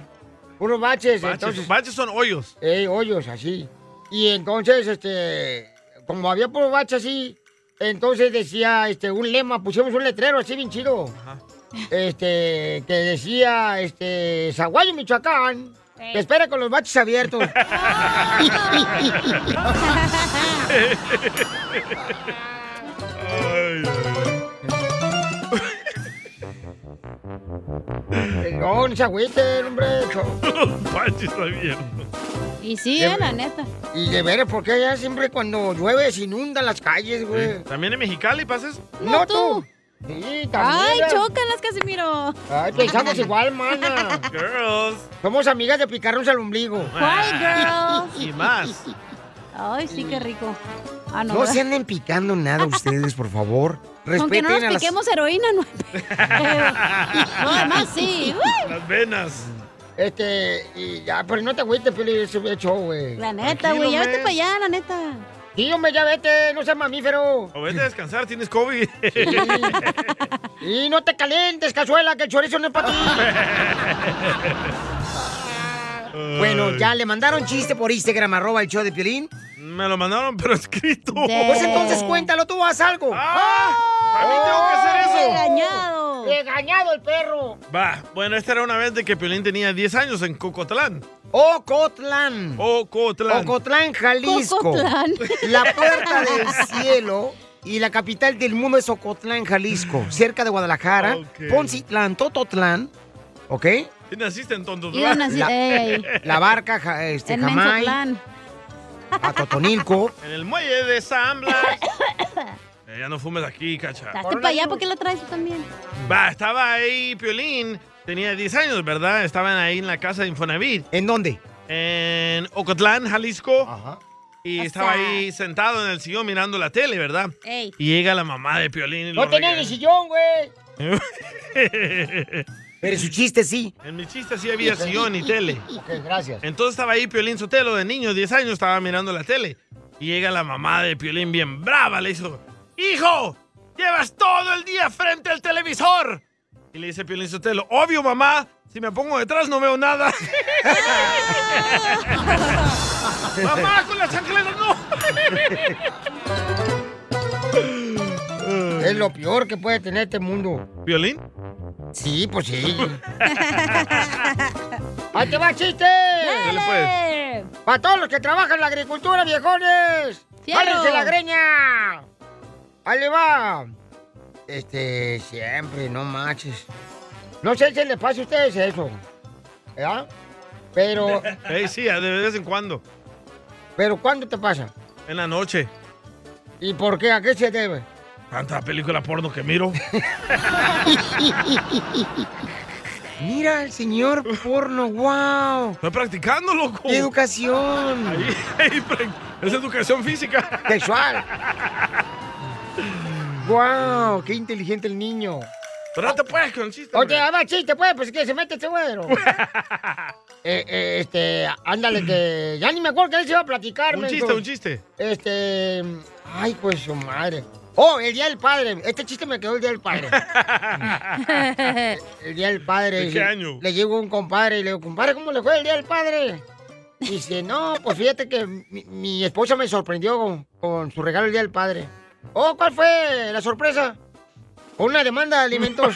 Speaker 1: Puros baches,
Speaker 2: Baches,
Speaker 1: entonces.
Speaker 2: baches son hoyos.
Speaker 1: Eh, hoyos, así. Y entonces, este, como había puros baches así, entonces decía, este, un lema, pusimos un letrero así bien chido. Este, que decía, este, Zaguayo, Michoacán, te espera con los baches abiertos. Oh, No, no se agüiten, hombre.
Speaker 2: Baches abiertos.
Speaker 3: Y sí,
Speaker 1: De-
Speaker 3: eh, la neta.
Speaker 1: Y de veras, porque allá siempre cuando llueve se inundan las calles, güey.
Speaker 2: ¿También en Mexicali pases?
Speaker 1: No, tú. Sí,
Speaker 3: Ay,
Speaker 1: también.
Speaker 3: chócalas, Casimiro.
Speaker 1: Ay, pensamos igual, mana.
Speaker 2: Girls.
Speaker 1: Somos amigas de picarnos al ombligo.
Speaker 3: Ay, girls.
Speaker 2: Ah, Y más.
Speaker 3: Ay, sí, qué rico. Ah, no.
Speaker 1: No se
Speaker 3: ¿verdad?
Speaker 1: anden picando nada ustedes, por favor.
Speaker 3: Aunque
Speaker 1: Respeten
Speaker 3: no
Speaker 1: a
Speaker 3: nos
Speaker 1: las...
Speaker 3: piquemos heroína, no. No, además sí. Uy.
Speaker 2: Las venas.
Speaker 1: Este, y ya, pero no te agüites, pero Este es es show, güey.
Speaker 3: La neta, güey, ya vete para allá, la neta.
Speaker 1: Sí, hombre, ya vete, no seas mamífero.
Speaker 2: O vete a descansar, tienes COVID.
Speaker 1: Y no te calientes, cazuela, que el chorizo no es para ti. Bueno, ya le mandaron chiste por Instagram, arroba el show de Piolín.
Speaker 2: Me lo mandaron, pero escrito.
Speaker 1: Pues entonces cuéntalo, Pues tú haz algo.
Speaker 2: ¡Ah! ¡También tengo que hacer eso!
Speaker 3: Regañado. perro.
Speaker 1: Regañado el perro.
Speaker 2: Va, bueno, esta era una vez de que Piolín tenía 10 años en Cocotlán.
Speaker 1: Ocotlán.
Speaker 2: Ocotlán.
Speaker 1: Ocotlán, Jalisco. La puerta del cielo y la capital del mundo es Ocotlán, Jalisco, cerca de Guadalajara,
Speaker 2: Ok.
Speaker 1: Poncitlán, Tototlán, ¿ok?
Speaker 2: Y naciste en Tontos.
Speaker 1: Y
Speaker 2: ¿verdad?
Speaker 1: nací- La- ey. la barca, ja- este, En Jamay. Menzatlán. A Totonilco.
Speaker 2: En el muelle de San Blas. Eh, ya no fumes aquí, cacha.
Speaker 3: Hazte para allá, ¿por qué la traes tú también?
Speaker 2: Va, estaba ahí Piolín, tenía 10 años, ¿verdad? Estaban ahí en la casa de Infonavit.
Speaker 1: ¿En dónde?
Speaker 2: En Ocotlán, Jalisco. Y estaba ahí sentado en el sillón mirando la tele, ¿verdad?
Speaker 3: Ey.
Speaker 2: Y llega la mamá de Piolín y
Speaker 1: No
Speaker 2: lo
Speaker 1: tenía ni sillón, güey.
Speaker 2: regaña.
Speaker 1: Pero su chiste sí.
Speaker 2: En mi chiste sí había sillón y tele.
Speaker 1: Ok, gracias.
Speaker 2: Entonces estaba ahí Piolín Sotelo de niño, 10 años, estaba mirando la tele. Y llega la mamá de Piolín bien brava, le hizo, ¡Hijo! ¡Llevas todo el día frente al televisor! Y le dice Piolín Sotelo, obvio mamá, si me pongo detrás no veo nada. mamá, con la chancleta no.
Speaker 1: Es lo peor que puede tener este mundo.
Speaker 2: ¿Violín?
Speaker 1: Sí, pues sí. ¡Ahí te va chiste!
Speaker 8: Dale.
Speaker 2: pues.
Speaker 1: Para todos los que trabajan en la agricultura, viejones.
Speaker 8: Fierro.
Speaker 1: ¡Árense la greña! Ahí le va. Este, siempre, no manches. No sé si les pasa a ustedes eso. ¿Verdad? Pero,
Speaker 2: Ey, sí, de vez en cuando.
Speaker 1: pero ¿cuándo te pasa?
Speaker 2: En la noche.
Speaker 1: ¿Y por qué? ¿A qué se debe?
Speaker 2: Tanta película porno que miro.
Speaker 1: Mira el señor porno, wow.
Speaker 2: Estoy practicando, loco.
Speaker 1: ¡Qué educación!
Speaker 2: es educación física.
Speaker 1: Sexual. ¡Wow! ¡Qué inteligente el niño!
Speaker 2: Pero no te puedes con chiste.
Speaker 1: Oye, ahí va chiste, pues, pues que se mete este güero. Eh, eh, este, ándale, que ya ni me acuerdo que él se iba a platicar.
Speaker 2: Un
Speaker 1: menso.
Speaker 2: chiste, un chiste.
Speaker 1: Este, ay, pues su madre. Oh, el Día del Padre. Este chiste me quedó el Día del Padre. el, el Día del Padre.
Speaker 8: ¿De qué año?
Speaker 1: Le llegó un compadre y le digo, compadre, ¿cómo le fue el Día del Padre? Dice, no, pues fíjate que mi, mi esposa me sorprendió con, con su regalo el Día del Padre. Oh, ¿cuál fue la sorpresa? Una demanda de alimentos.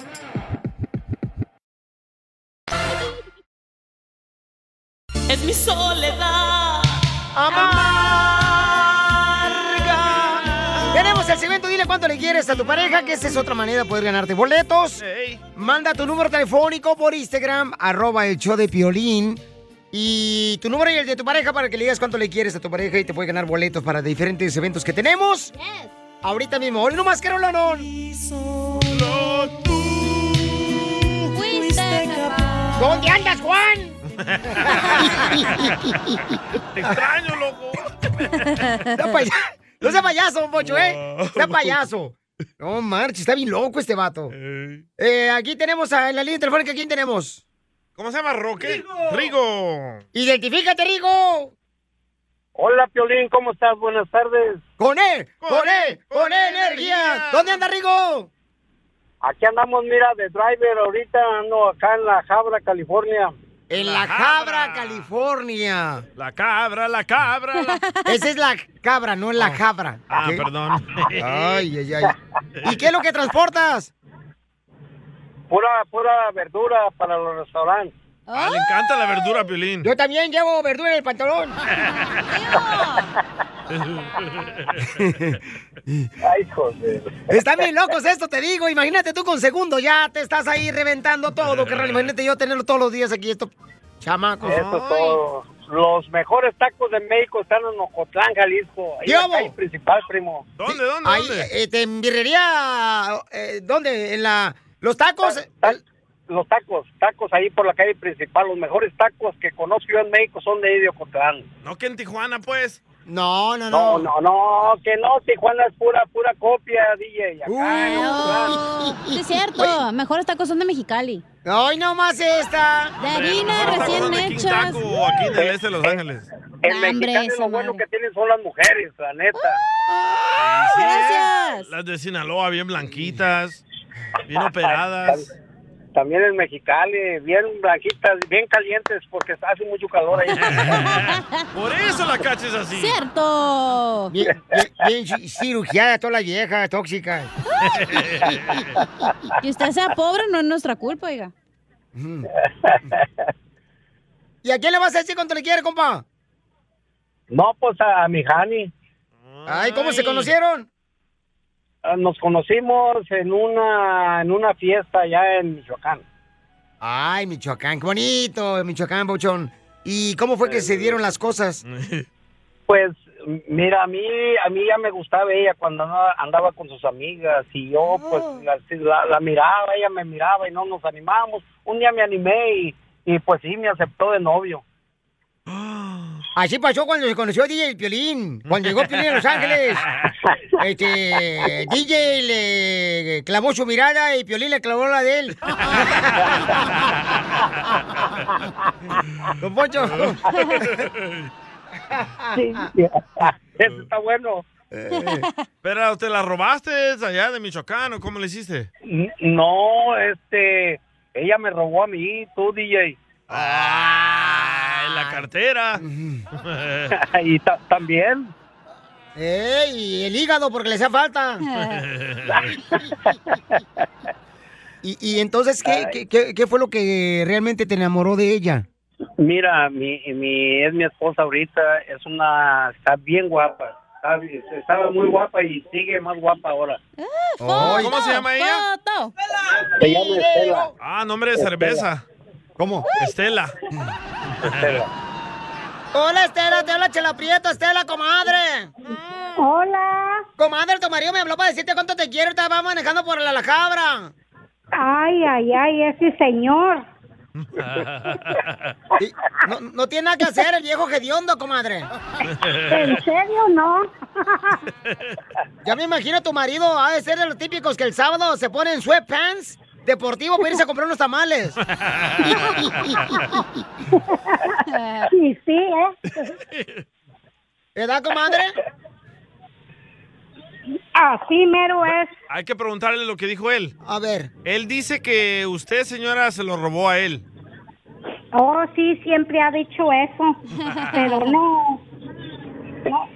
Speaker 8: Es mi soledad.
Speaker 1: amarga. Tenemos el segmento Dile cuánto le quieres a tu pareja, que esa es otra manera de poder ganarte boletos. Manda tu número telefónico por Instagram, arroba el show de Piolín. Y tu número y el de tu pareja para que le digas cuánto le quieres a tu pareja y te puede ganar boletos para diferentes eventos que tenemos. Ahorita mismo. Hoy no más, Carolón. ¿Dónde andas, Juan?
Speaker 8: Te extraño,
Speaker 2: loco.
Speaker 1: No, paya- no sea payaso, Pocho, ¿eh? Sea payaso. No marches, está bien loco este vato. Eh, aquí tenemos a, en la línea telefónica, ¿quién tenemos?
Speaker 2: ¿Cómo se llama Roque? Rigo.
Speaker 1: Identifícate, Rigo.
Speaker 25: Hola, Piolín, ¿cómo estás? Buenas tardes.
Speaker 1: Con él, con él, con él, energía. ¿Dónde anda Rigo?
Speaker 25: Aquí andamos, mira, de driver. Ahorita ando acá en La Jabra, California.
Speaker 1: En La Cabra, California.
Speaker 2: La cabra, la cabra. la-
Speaker 1: Esa es la cabra, no es la cabra.
Speaker 2: Ah, perdón.
Speaker 1: Ay, ay, ay. ¿Y qué es lo que transportas?
Speaker 25: Pura, pura verdura para los restaurantes.
Speaker 2: Ah, le encanta la verdura, Piolín.
Speaker 1: Yo también llevo verdura en el pantalón.
Speaker 25: Ay, joder.
Speaker 1: Están bien locos esto, te digo. Imagínate tú con segundo, ya te estás ahí reventando todo, carnal. Imagínate yo tenerlo todos los días aquí, esto, chamaco.
Speaker 25: Eso es todo. Los mejores tacos de México están en Ocotlán, Jalisco. Ahí en la
Speaker 1: ¿Cómo?
Speaker 25: calle principal, primo.
Speaker 2: ¿Dónde, dónde,
Speaker 1: Ahí, este, en birrería, eh, ¿dónde? En la, los tacos.
Speaker 2: Este,
Speaker 25: Los tacos, tacos ahí por la calle principal. Los mejores tacos que conozco yo en México son de ahí de Ocotlán.
Speaker 2: No que en Tijuana, pues.
Speaker 1: No, no,
Speaker 25: no. No, no, que no. Tijuana es pura, pura copia, DJ. Acá en Ocotlán.
Speaker 3: Sí, es cierto. Mejores tacos son de Mexicali.
Speaker 1: ¡Ay, no más esta!
Speaker 3: De
Speaker 2: Hombre,
Speaker 3: harina,
Speaker 2: nosotros estamos
Speaker 3: recién
Speaker 2: hablando de King
Speaker 3: hechas.
Speaker 2: Taco, aquí en el este de Los Ángeles.
Speaker 25: En Mexicali lo bueno que tienen son las mujeres, la neta.
Speaker 2: gracias. Las de Sinaloa, bien blanquitas, bien operadas.
Speaker 25: También en Mexicali, bien blanquitas, bien calientes, porque hace mucho calor ahí.
Speaker 2: Por eso la cacha es así.
Speaker 3: ¡Cierto!
Speaker 1: Bien, bien, bien cirugiadas todas las viejas, tóxicas.
Speaker 3: Que usted sea pobre no es nuestra culpa, oiga.
Speaker 1: ¿Y a quién le vas a decir cuánto le quiere, compa?
Speaker 25: No, pues a, a mi Hani.
Speaker 1: Ay, ¿cómo se conocieron?
Speaker 25: Ah, Nos conocimos en una en una fiesta allá en Michoacán.
Speaker 1: Ay, Michoacán, qué bonito, Michoacán, Bochón. ¿Y cómo fue que se dieron las cosas?
Speaker 25: Pues m- mira, a mí a mí ya me gustaba ella cuando andaba, andaba con sus amigas y yo pues la, la- la miraba, ella me miraba y no nos animábamos. Un día me animé y, y pues sí me aceptó de novio.
Speaker 1: Así pasó cuando se conoció DJ Piolín. Cuando llegó Piolín a Los Ángeles, este, DJ le clavó su mirada y Piolín le clavó la de él. Don Poncho.
Speaker 25: Sí. Eso está bueno.
Speaker 2: Eh, Pero, ¿te la robaste allá de Michoacán o cómo le hiciste?
Speaker 25: N- No, este, ella me robó a mí, tú DJ.
Speaker 2: Ah, en la cartera.
Speaker 25: y ta- también.
Speaker 1: ¡Ey! El hígado, porque le hacía falta. y, y entonces, ¿qué, qué, qué- qué fue lo que realmente te enamoró de ella?
Speaker 25: Mira, mi, mi, es mi esposa ahorita, es una, está bien guapa, está, bien- estaba muy guapa y sigue más guapa ahora.
Speaker 2: Ay. ¿Cómo se llama ella?
Speaker 3: ¡Foto!
Speaker 25: Se llama Estela.
Speaker 2: Ah, nombre de cerveza.
Speaker 1: ¿Cómo?
Speaker 2: Estela.
Speaker 25: Estela.
Speaker 1: Hola, Estela, te habla Chela Prieto, Estela, comadre.
Speaker 26: Hola.
Speaker 1: Comadre, tu marido me habló para decirte cuánto te quiero, estaba manejando por la, la cabra.
Speaker 26: Ay, ay, ay, ese señor.
Speaker 1: Y no, no tiene nada que hacer el viejo hediondo, comadre.
Speaker 26: ¿En serio no?
Speaker 1: Ya me imagino tu marido ha de ser de los típicos que el sábado se pone en sweatpants deportivo para irse a comprar unos tamales.
Speaker 26: Sí, sí, ¿eh?
Speaker 1: ¿Verdad, comadre?
Speaker 2: Ah,
Speaker 26: Así mero es.
Speaker 2: Hay que preguntarle lo que dijo él.
Speaker 1: A ver.
Speaker 2: Él dice que usted, señora, se lo robó a él.
Speaker 26: Oh, sí, siempre ha dicho eso, pero no. no.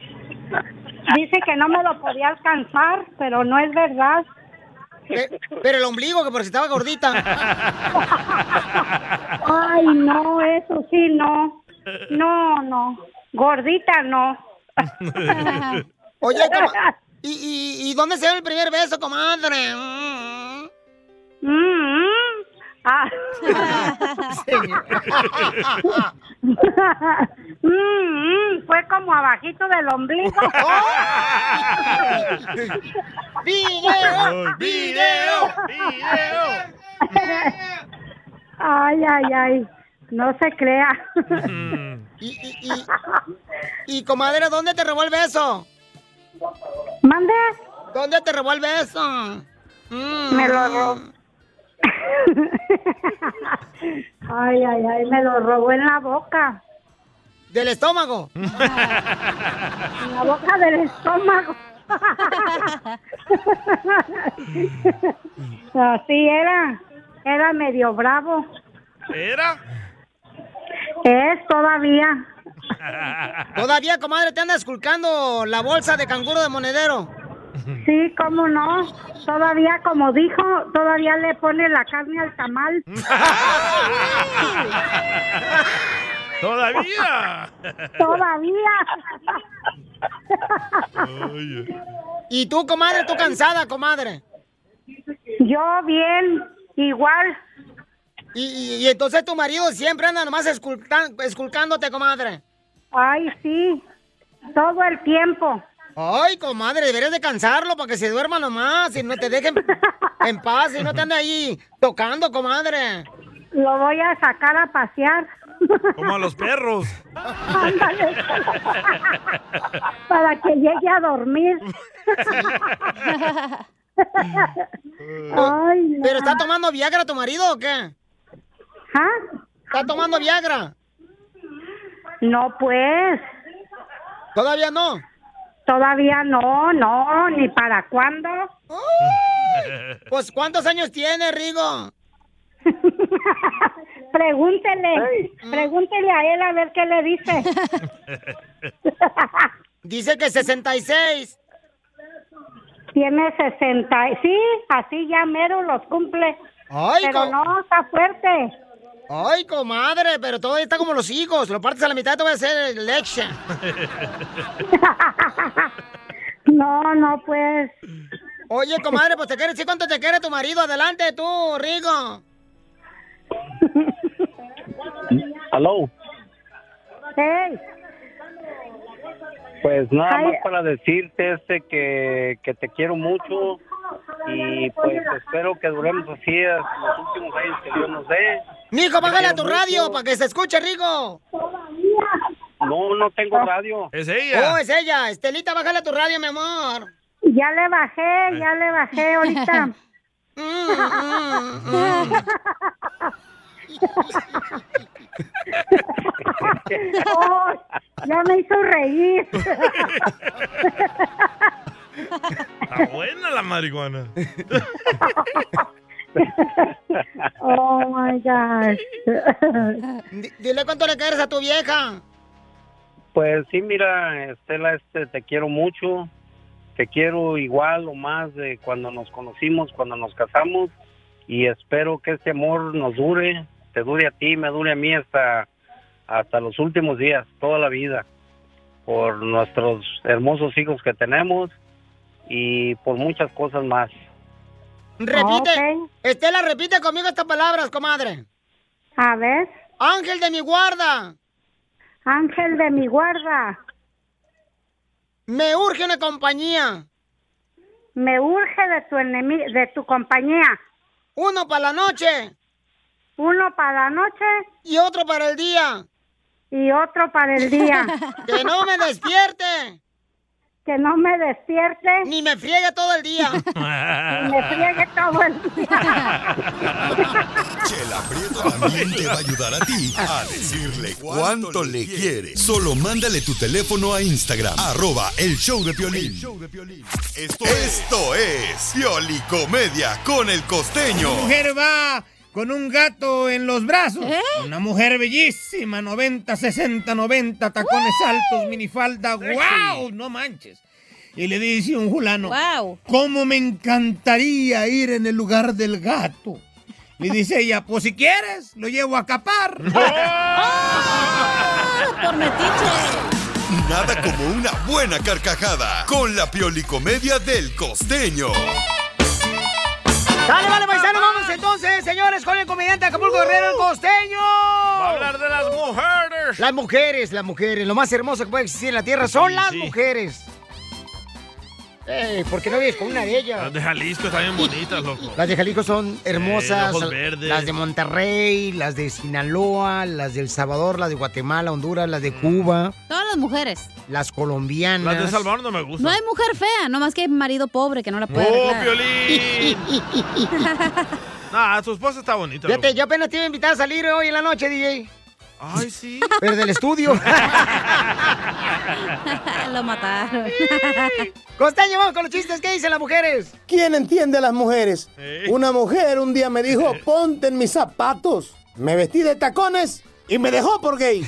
Speaker 26: Dice que no me lo podía alcanzar, pero no es verdad.
Speaker 1: Pe- Eh, Pero el ombligo, que por si estaba gordita.
Speaker 26: Ay, no, eso sí, no. No, no. Gordita, no.
Speaker 1: Oye, coma- ¿y, y, y dónde se dio el primer beso, comadre? Mm.
Speaker 26: Mm, mm. Ah. Mm, mm, Fue como abajito del ombligo.
Speaker 1: ¡Video!
Speaker 2: ¡Video! ¡Video!
Speaker 26: Ay, ay, ay. No se crea.
Speaker 1: ¿Y, y, y, y, comadre, ¿dónde te robó el beso?
Speaker 26: Mande.
Speaker 1: ¿Dónde te robó el beso? Mm.
Speaker 26: Me lo robó. Ay, ay, ay. Me lo robó en la boca.
Speaker 1: ¿Del estómago?
Speaker 26: En la boca del estómago. Así era. Era medio bravo.
Speaker 2: ¿Era?
Speaker 26: Es todavía.
Speaker 1: Todavía, comadre, te anda esculcando la bolsa de canguro de monedero.
Speaker 26: Sí, cómo no. Todavía, como dijo, todavía le pone la carne al tamal.
Speaker 2: Todavía.
Speaker 26: todavía.
Speaker 9: ¿Y tú, comadre, tú cansada, comadre?
Speaker 26: Yo bien, igual.
Speaker 9: Y, y- y entonces tu marido siempre anda nomás esculta- esculcándote, comadre.
Speaker 26: Ay, sí, todo el tiempo.
Speaker 9: Ay, comadre, deberías de cansarlo para que se duerma nomás y no te dejen en paz y no te ande ahí tocando, comadre.
Speaker 26: Lo voy a sacar a pasear.
Speaker 2: Como a los perros.
Speaker 26: Ándale, para que llegue a dormir. Ay, no.
Speaker 9: ¿Pero está tomando Viagra tu marido o qué?
Speaker 26: ¿Ah?
Speaker 9: ¿Está tomando Viagra?
Speaker 26: No, pues.
Speaker 9: ¿Todavía no?
Speaker 26: Todavía no, no, ni para cuándo.
Speaker 9: Pues, ¿cuántos años tiene, Rigo?
Speaker 26: Pregúntele, pregúntele a él a ver qué le dice.
Speaker 9: Dice que 66.
Speaker 26: Tiene 60, y- sí, así ya mero los cumple.
Speaker 9: Ay,
Speaker 26: Pero
Speaker 9: co-
Speaker 26: no, está fuerte.
Speaker 9: Ay, comadre, pero todavía está como los hijos. Lo partes a la mitad, te voy a hacer leche.
Speaker 26: No, no, pues.
Speaker 9: Oye, comadre, pues te quiere decir cuánto te quiere tu marido. Adelante tú, Rigo.
Speaker 16: Aló,
Speaker 26: Hey,
Speaker 16: pues nada
Speaker 26: Ay.
Speaker 16: más para decirte este que, que te quiero mucho y pues espero que duremos así es, los últimos años que Dios nos dé.
Speaker 9: Mijo, bájale a tu
Speaker 16: Te quiero
Speaker 9: radio
Speaker 16: mucho.
Speaker 9: para que se escuche, Rigo.
Speaker 16: No, no tengo radio.
Speaker 2: Es
Speaker 9: Ah. Oh, es ella. Estelita, bájale a tu radio, mi amor. Eh.
Speaker 26: ya le bajé, ya le bajé ahorita.
Speaker 9: Mm,
Speaker 26: Oh, ya me hizo reír.
Speaker 2: Está buena la marihuana.
Speaker 26: Oh my gosh.
Speaker 9: Di- Dile cuánto le quieres a tu vieja.
Speaker 16: Pues sí, mira, Estela, este, te quiero mucho. Te quiero igual o más de cuando nos conocimos, cuando nos casamos. Y espero que este amor nos dure, te dure a ti, me dure a mí hasta, hasta los últimos días, toda la vida. Por nuestros hermosos hijos que tenemos y por muchas cosas más.
Speaker 9: Repite. Estela, repite conmigo estas palabras, comadre.
Speaker 26: A ver,
Speaker 9: Ángel de mi guarda,
Speaker 26: ángel de mi guarda,
Speaker 9: me urge una compañía.
Speaker 26: me urge de tu enemi- de tu compañía.
Speaker 9: Uno para la noche
Speaker 26: Uno para la noche
Speaker 9: y otro para el día.
Speaker 26: y otro para el día.
Speaker 9: Que no me despierte.
Speaker 26: Que no me despierte
Speaker 9: Ni me friegue todo el día.
Speaker 26: y me friegue todo el día.
Speaker 4: Chela Prieto también te va a ayudar a ti a decirle cuánto le quiere. Solo mándale tu teléfono a Instagram, arroba el show de Piolín. Esto, esto es Pioli Comedia con el costeño.
Speaker 13: Una mujer va con un gato en los brazos. Una mujer bellísima, 90, 60, 90, tacones altos, minifalda. ¡Wow! No manches. Y le dice un fulano, ¿cómo me encantaría ir en el lugar del gato? Le dice ella, pues si quieres, lo llevo a capar.
Speaker 4: Por Nada como una buena carcajada con la Pioli Comedia del costeño.
Speaker 9: Dale, vale, paisano, vamos entonces, señores, con el comediante Acapulco Guerrero,
Speaker 8: Uh.
Speaker 9: el costeño. Va
Speaker 2: a hablar de las mujeres.
Speaker 9: Las mujeres, las mujeres, lo más hermoso que puede existir en la tierra son
Speaker 2: Sí,
Speaker 9: las
Speaker 2: sí.
Speaker 9: mujeres. Eh, ¿por qué no vives con una de ellas?
Speaker 2: Las de Jalisco están bien bonitas, loco.
Speaker 9: Las de Jalisco son
Speaker 2: Eh,
Speaker 9: hermosas,
Speaker 2: ojos verdes.
Speaker 9: las de Monterrey, las de Sinaloa, las del Salvador, las de Guatemala, Honduras, las de Cuba,
Speaker 3: Todas las mujeres.
Speaker 9: las colombianas.
Speaker 2: Mm. Las de Salvador no me gustan.
Speaker 3: No hay mujer fea, nomás que hay marido pobre que no la puede
Speaker 2: ¡Oh,
Speaker 3: arreglar.
Speaker 2: Piolín! nah, su esposa está bonita, loco.
Speaker 9: Fíjate, yo apenas te iba a invitar a salir hoy en la noche, DJ.
Speaker 2: Ay, sí.
Speaker 9: Pero del estudio.
Speaker 3: Lo mataron.
Speaker 9: Costeño, vamos con los chistes. ¿Qué dicen las mujeres?
Speaker 8: ¿Quién entiende a las mujeres?
Speaker 9: Sí.
Speaker 8: Una mujer un día me dijo, ponte en mis zapatos. Me vestí de tacones y me dejó por gay.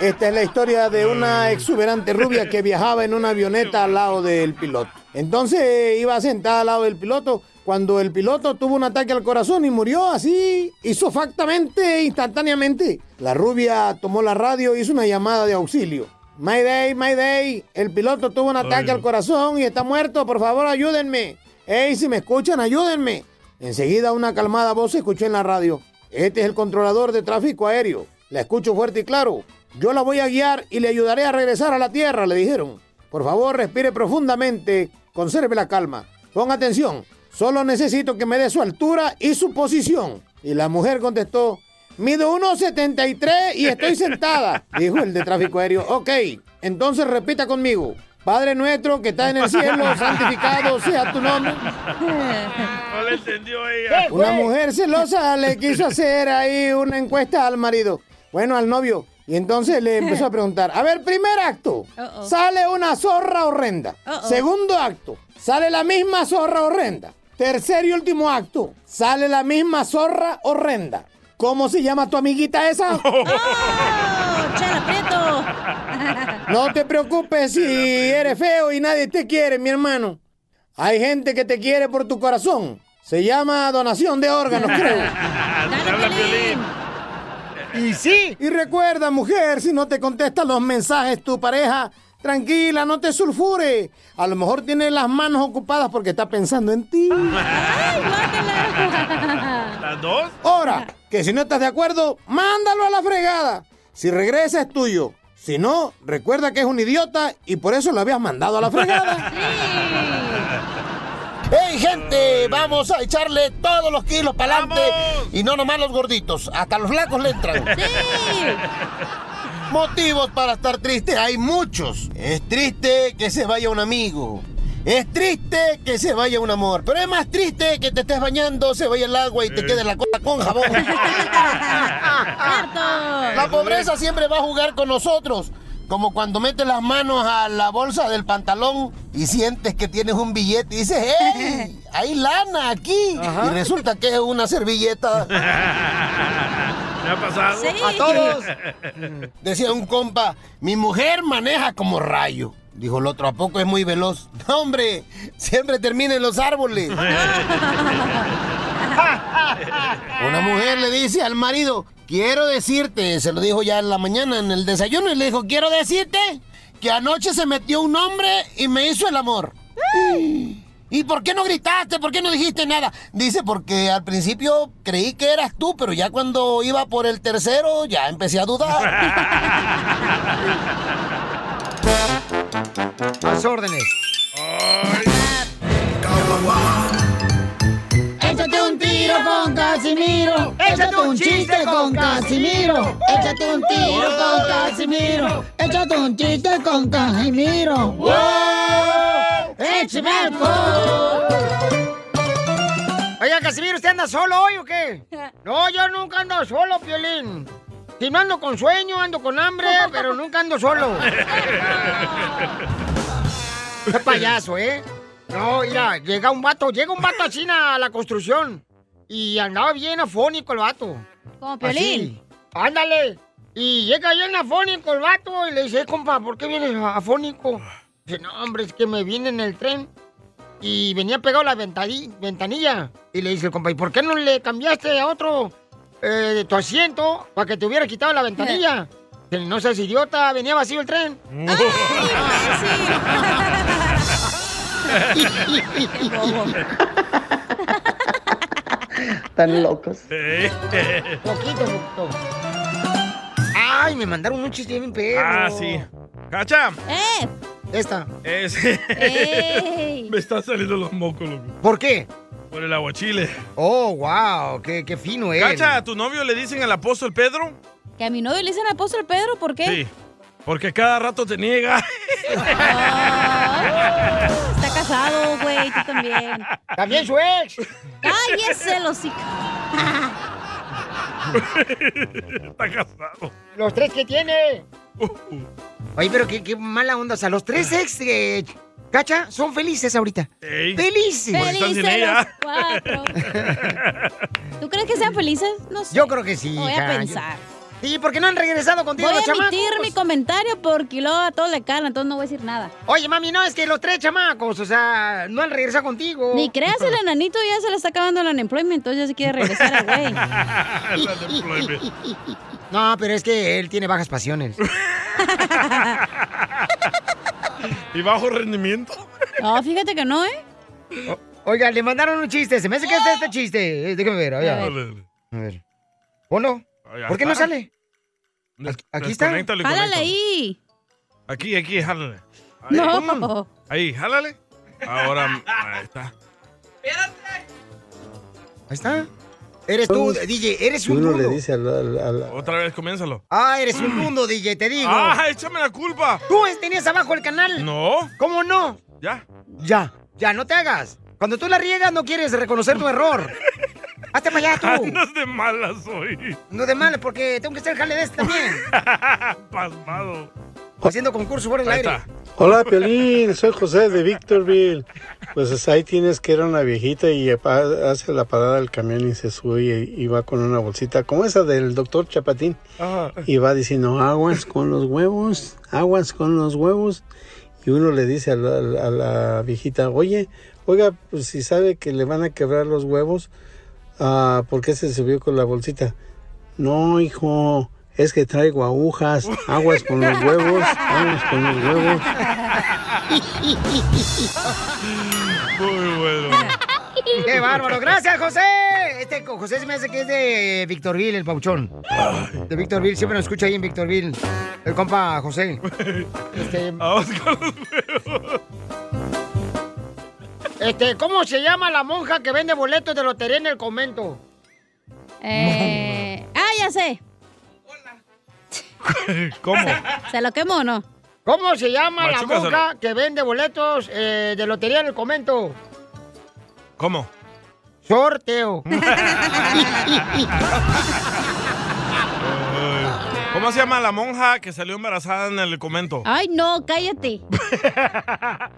Speaker 13: Esta es la historia de una exuberante rubia que viajaba en una avioneta al lado del piloto. Entonces iba sentada al lado del piloto cuando el piloto tuvo un ataque al corazón y murió así, isofactamente, instantáneamente. La rubia tomó la radio y hizo una llamada de auxilio. Mayday, Mayday, el piloto tuvo un ataque al corazón y está muerto, por favor ayúdenme. Ey, si me escuchan, ayúdenme. Enseguida una calmada voz se escuchó en la radio. Este es el controlador de tráfico aéreo. La escucho fuerte y claro. Yo la voy a guiar y le ayudaré a regresar a la tierra, le dijeron. Por favor, respire profundamente, conserve la calma. Pon atención, solo necesito que me dé su altura y su posición. Y la mujer contestó, mido 1,73 y estoy sentada, dijo el de tráfico aéreo. Ok, entonces repita conmigo. Padre nuestro que está en el cielo, santificado sea tu nombre.
Speaker 2: No le entendió ella.
Speaker 13: Una mujer celosa le quiso hacer ahí una encuesta al marido. Bueno, al novio. Y entonces le empezó a preguntar, a ver, primer acto,
Speaker 27: Uh-oh.
Speaker 13: sale una zorra horrenda.
Speaker 27: Uh-oh.
Speaker 13: Segundo acto, sale la misma zorra horrenda. Tercer y último acto, sale la misma zorra horrenda. ¿Cómo se llama tu amiguita esa? No te preocupes si eres feo y nadie te quiere, mi hermano. Hay gente que te quiere por tu corazón. Se llama donación de órganos, creo.
Speaker 2: Habla Piolín.
Speaker 13: Y sí. Y recuerda, mujer, si no te contesta los mensajes tu pareja, tranquila, no te sulfure. A lo mejor tiene las manos ocupadas porque está pensando en ti.
Speaker 2: ¿Las dos?
Speaker 13: Ahora, que si no estás de acuerdo, mándalo a la fregada. Si regresa es tuyo. Si no, recuerda que es un idiota y por eso lo habías mandado a la fregada.
Speaker 28: ¡Hey, gente! Vamos a echarle todos los kilos para adelante. Y no nomás los gorditos, hasta los flacos le entran. Motivos para estar triste hay muchos. Es triste que se vaya un amigo. Es triste que se vaya un amor. Pero es más triste que te estés bañando, se vaya el agua y te quede la cola con jabón. La pobreza siempre va a jugar con nosotros. Como cuando metes las manos a la bolsa del pantalón y sientes que tienes un billete y dices, ¡hey! Hay lana aquí. Y resulta que es una servilleta.
Speaker 2: ¿Me ha pasado?
Speaker 28: A todos. Decía un compa, mi mujer maneja como rayo. Dijo el otro, ¿a poco es muy veloz? No, hombre, siempre termina en los árboles. Una mujer le dice al marido, quiero decirte, se lo dijo ya en la mañana en el desayuno, y le dijo, quiero decirte que anoche se metió un hombre y me hizo el amor. ¿Y por qué no gritaste? ¿Por qué no dijiste nada? Dice, porque al principio creí que eras tú, pero ya cuando iba por el tercero ya empecé a dudar.
Speaker 1: Las órdenes.
Speaker 8: Échate un tiro con Casimiro. Échate un chiste con Casimiro. Échate un tiro
Speaker 9: Oh.
Speaker 8: con Casimiro. Échate un chiste con
Speaker 9: Oh.
Speaker 8: Casimiro. ¡Wow! ¡Échame
Speaker 1: Oiga, Casimiro, ¿usted anda solo hoy o qué? No, yo nunca ando solo, Piolín. Si no ando con sueño, ando con hambre, pero nunca ando solo. Qué payaso, ¿eh? No, mira, llega un vato, llega un vato a China a la construcción. Y andaba bien afónico el vato.
Speaker 3: Como Piolín.
Speaker 1: Así. Ándale. Y llega bien afónico el vato y le dice, "Eh, compa, ¿por qué vienes afónico? Dice, no, hombre, es que me vine en el tren. Y venía pegado a la ventadi- ventanilla. Y le dice el compa, ¿y por qué no le cambiaste a otro eh, tu asiento para que te hubiera quitado la ventanilla? Dice, no seas idiota, venía vacío el tren.
Speaker 16: Tan locos.
Speaker 1: Poquito, poquito. Ay, me mandaron un chiste bien perro.
Speaker 2: Ah, sí. ¡Cacha!
Speaker 3: ¡Eh!
Speaker 1: Esta.
Speaker 2: Es...
Speaker 3: Ey.
Speaker 2: Me están saliendo los mocos, loco.
Speaker 1: ¿Por qué?
Speaker 2: Por el aguachile.
Speaker 1: Oh, wow, qué, qué fino es.
Speaker 2: ¿Cacha? ¿A tu novio le dicen al apóstol Pedro?
Speaker 3: Que a mi novio le dicen apóstol Pedro, ¿por qué?
Speaker 2: Sí. Porque cada rato te niega.
Speaker 3: Está casado, güey, tú también.
Speaker 1: También su ex.
Speaker 3: Cállese, los hocico.
Speaker 2: Está casado.
Speaker 1: Los tres que tiene. Uh. Oye, pero qué, qué mala onda. O sea, los tres ex, eh, Cacha, son felices ahorita.
Speaker 2: Ey.
Speaker 1: Felices.
Speaker 2: Porque están sin ella.
Speaker 3: cuatro. ¿Tú crees que sean felices? No sé.
Speaker 1: Yo creo que sí.
Speaker 3: Voy a
Speaker 1: hija.
Speaker 3: pensar.
Speaker 1: Yo, Sí, ¿por qué no han regresado contigo
Speaker 3: Voy a
Speaker 1: los chamacos?
Speaker 3: omitir mi comentario porque luego a todos le calan, entonces no voy a decir nada.
Speaker 1: Oye, mami, no, es que los tres chamacos, o sea, no han regresado contigo.
Speaker 3: Ni creas, el enanito ya se le está acabando el unemployment, entonces ya se quiere regresar al güey.
Speaker 1: No, pero es que él tiene bajas pasiones.
Speaker 2: ¿Y bajo rendimiento?
Speaker 3: No, fíjate que no, ¿eh?
Speaker 1: Oiga, le mandaron un chiste. Se me hace que este, este chiste. Eh, Déjame ver.
Speaker 2: A
Speaker 1: oiga.
Speaker 2: ver.
Speaker 1: A ver. Ponlo.
Speaker 2: Ya
Speaker 1: ¿Por qué no
Speaker 2: está.
Speaker 1: sale?
Speaker 2: Des-
Speaker 1: Aquí está.
Speaker 2: desconéctale,
Speaker 3: Jálale
Speaker 2: conéctale.
Speaker 3: ahí.
Speaker 2: Aquí, aquí, jálale. Ahí.
Speaker 1: Mm.
Speaker 3: No.
Speaker 2: Ahí, jálale. Ahora, ahí está.
Speaker 1: Ahí está. Eres tú,
Speaker 2: Vamos.
Speaker 1: DJ. Eres un
Speaker 2: Uno
Speaker 1: mundo.
Speaker 2: Otra vez, comiénzalo.
Speaker 1: Ah, eres un mundo, DJ, te digo.
Speaker 2: Mm. ¡Ah, échame la culpa!
Speaker 1: Tú tenías abajo el canal.
Speaker 2: No.
Speaker 1: ¿Cómo no?
Speaker 2: Ya.
Speaker 1: Ya. Ya, no te hagas. Cuando tú la riegas, no quieres reconocer tu error. Hazte para allá tú.
Speaker 2: Andas Ah, de malas hoy.
Speaker 1: No de mal, porque tengo que hacer jale de este también.
Speaker 2: Pasmado.
Speaker 1: Haciendo concurso fuera del
Speaker 2: Ahí
Speaker 1: aire.
Speaker 2: está.
Speaker 29: Hola, Piolín, soy José de Victorville. Pues ahí tienes que era una viejita y pa- hace la parada del camión y se sube y, y va con una bolsita como esa del doctor Chapatín. Y va diciendo, aguas con los huevos, aguas con los huevos. Y uno le dice a la, a la viejita, oye, oiga, pues si sabe que le van a quebrar los huevos, ah, ¿por qué se subió con la bolsita? No, hijo, es que traigo agujas, aguas con los huevos, aguas con los huevos.
Speaker 2: Muy bueno.
Speaker 1: ¡Qué bárbaro! ¡Gracias, José! Este co- José se me hace que es de Victorville, el pauchón. De Victorville, siempre nos escucha ahí en Victorville. El compa José. Este,
Speaker 2: Ah,
Speaker 1: este, ¿cómo se llama la monja que vende boletos de lotería en el convento?
Speaker 3: Eh, ah, ya sé.
Speaker 2: ¿Cómo?
Speaker 3: ¿Se lo quemo o no?
Speaker 1: ¿Cómo se llama la
Speaker 2: Machúcaselo.
Speaker 1: monja que vende boletos eh, de lotería en el convento?
Speaker 2: ¿Cómo?
Speaker 1: Sorteo.
Speaker 2: ¿Cómo se llama la monja que salió embarazada en el comento?
Speaker 3: Ay, no, cállate.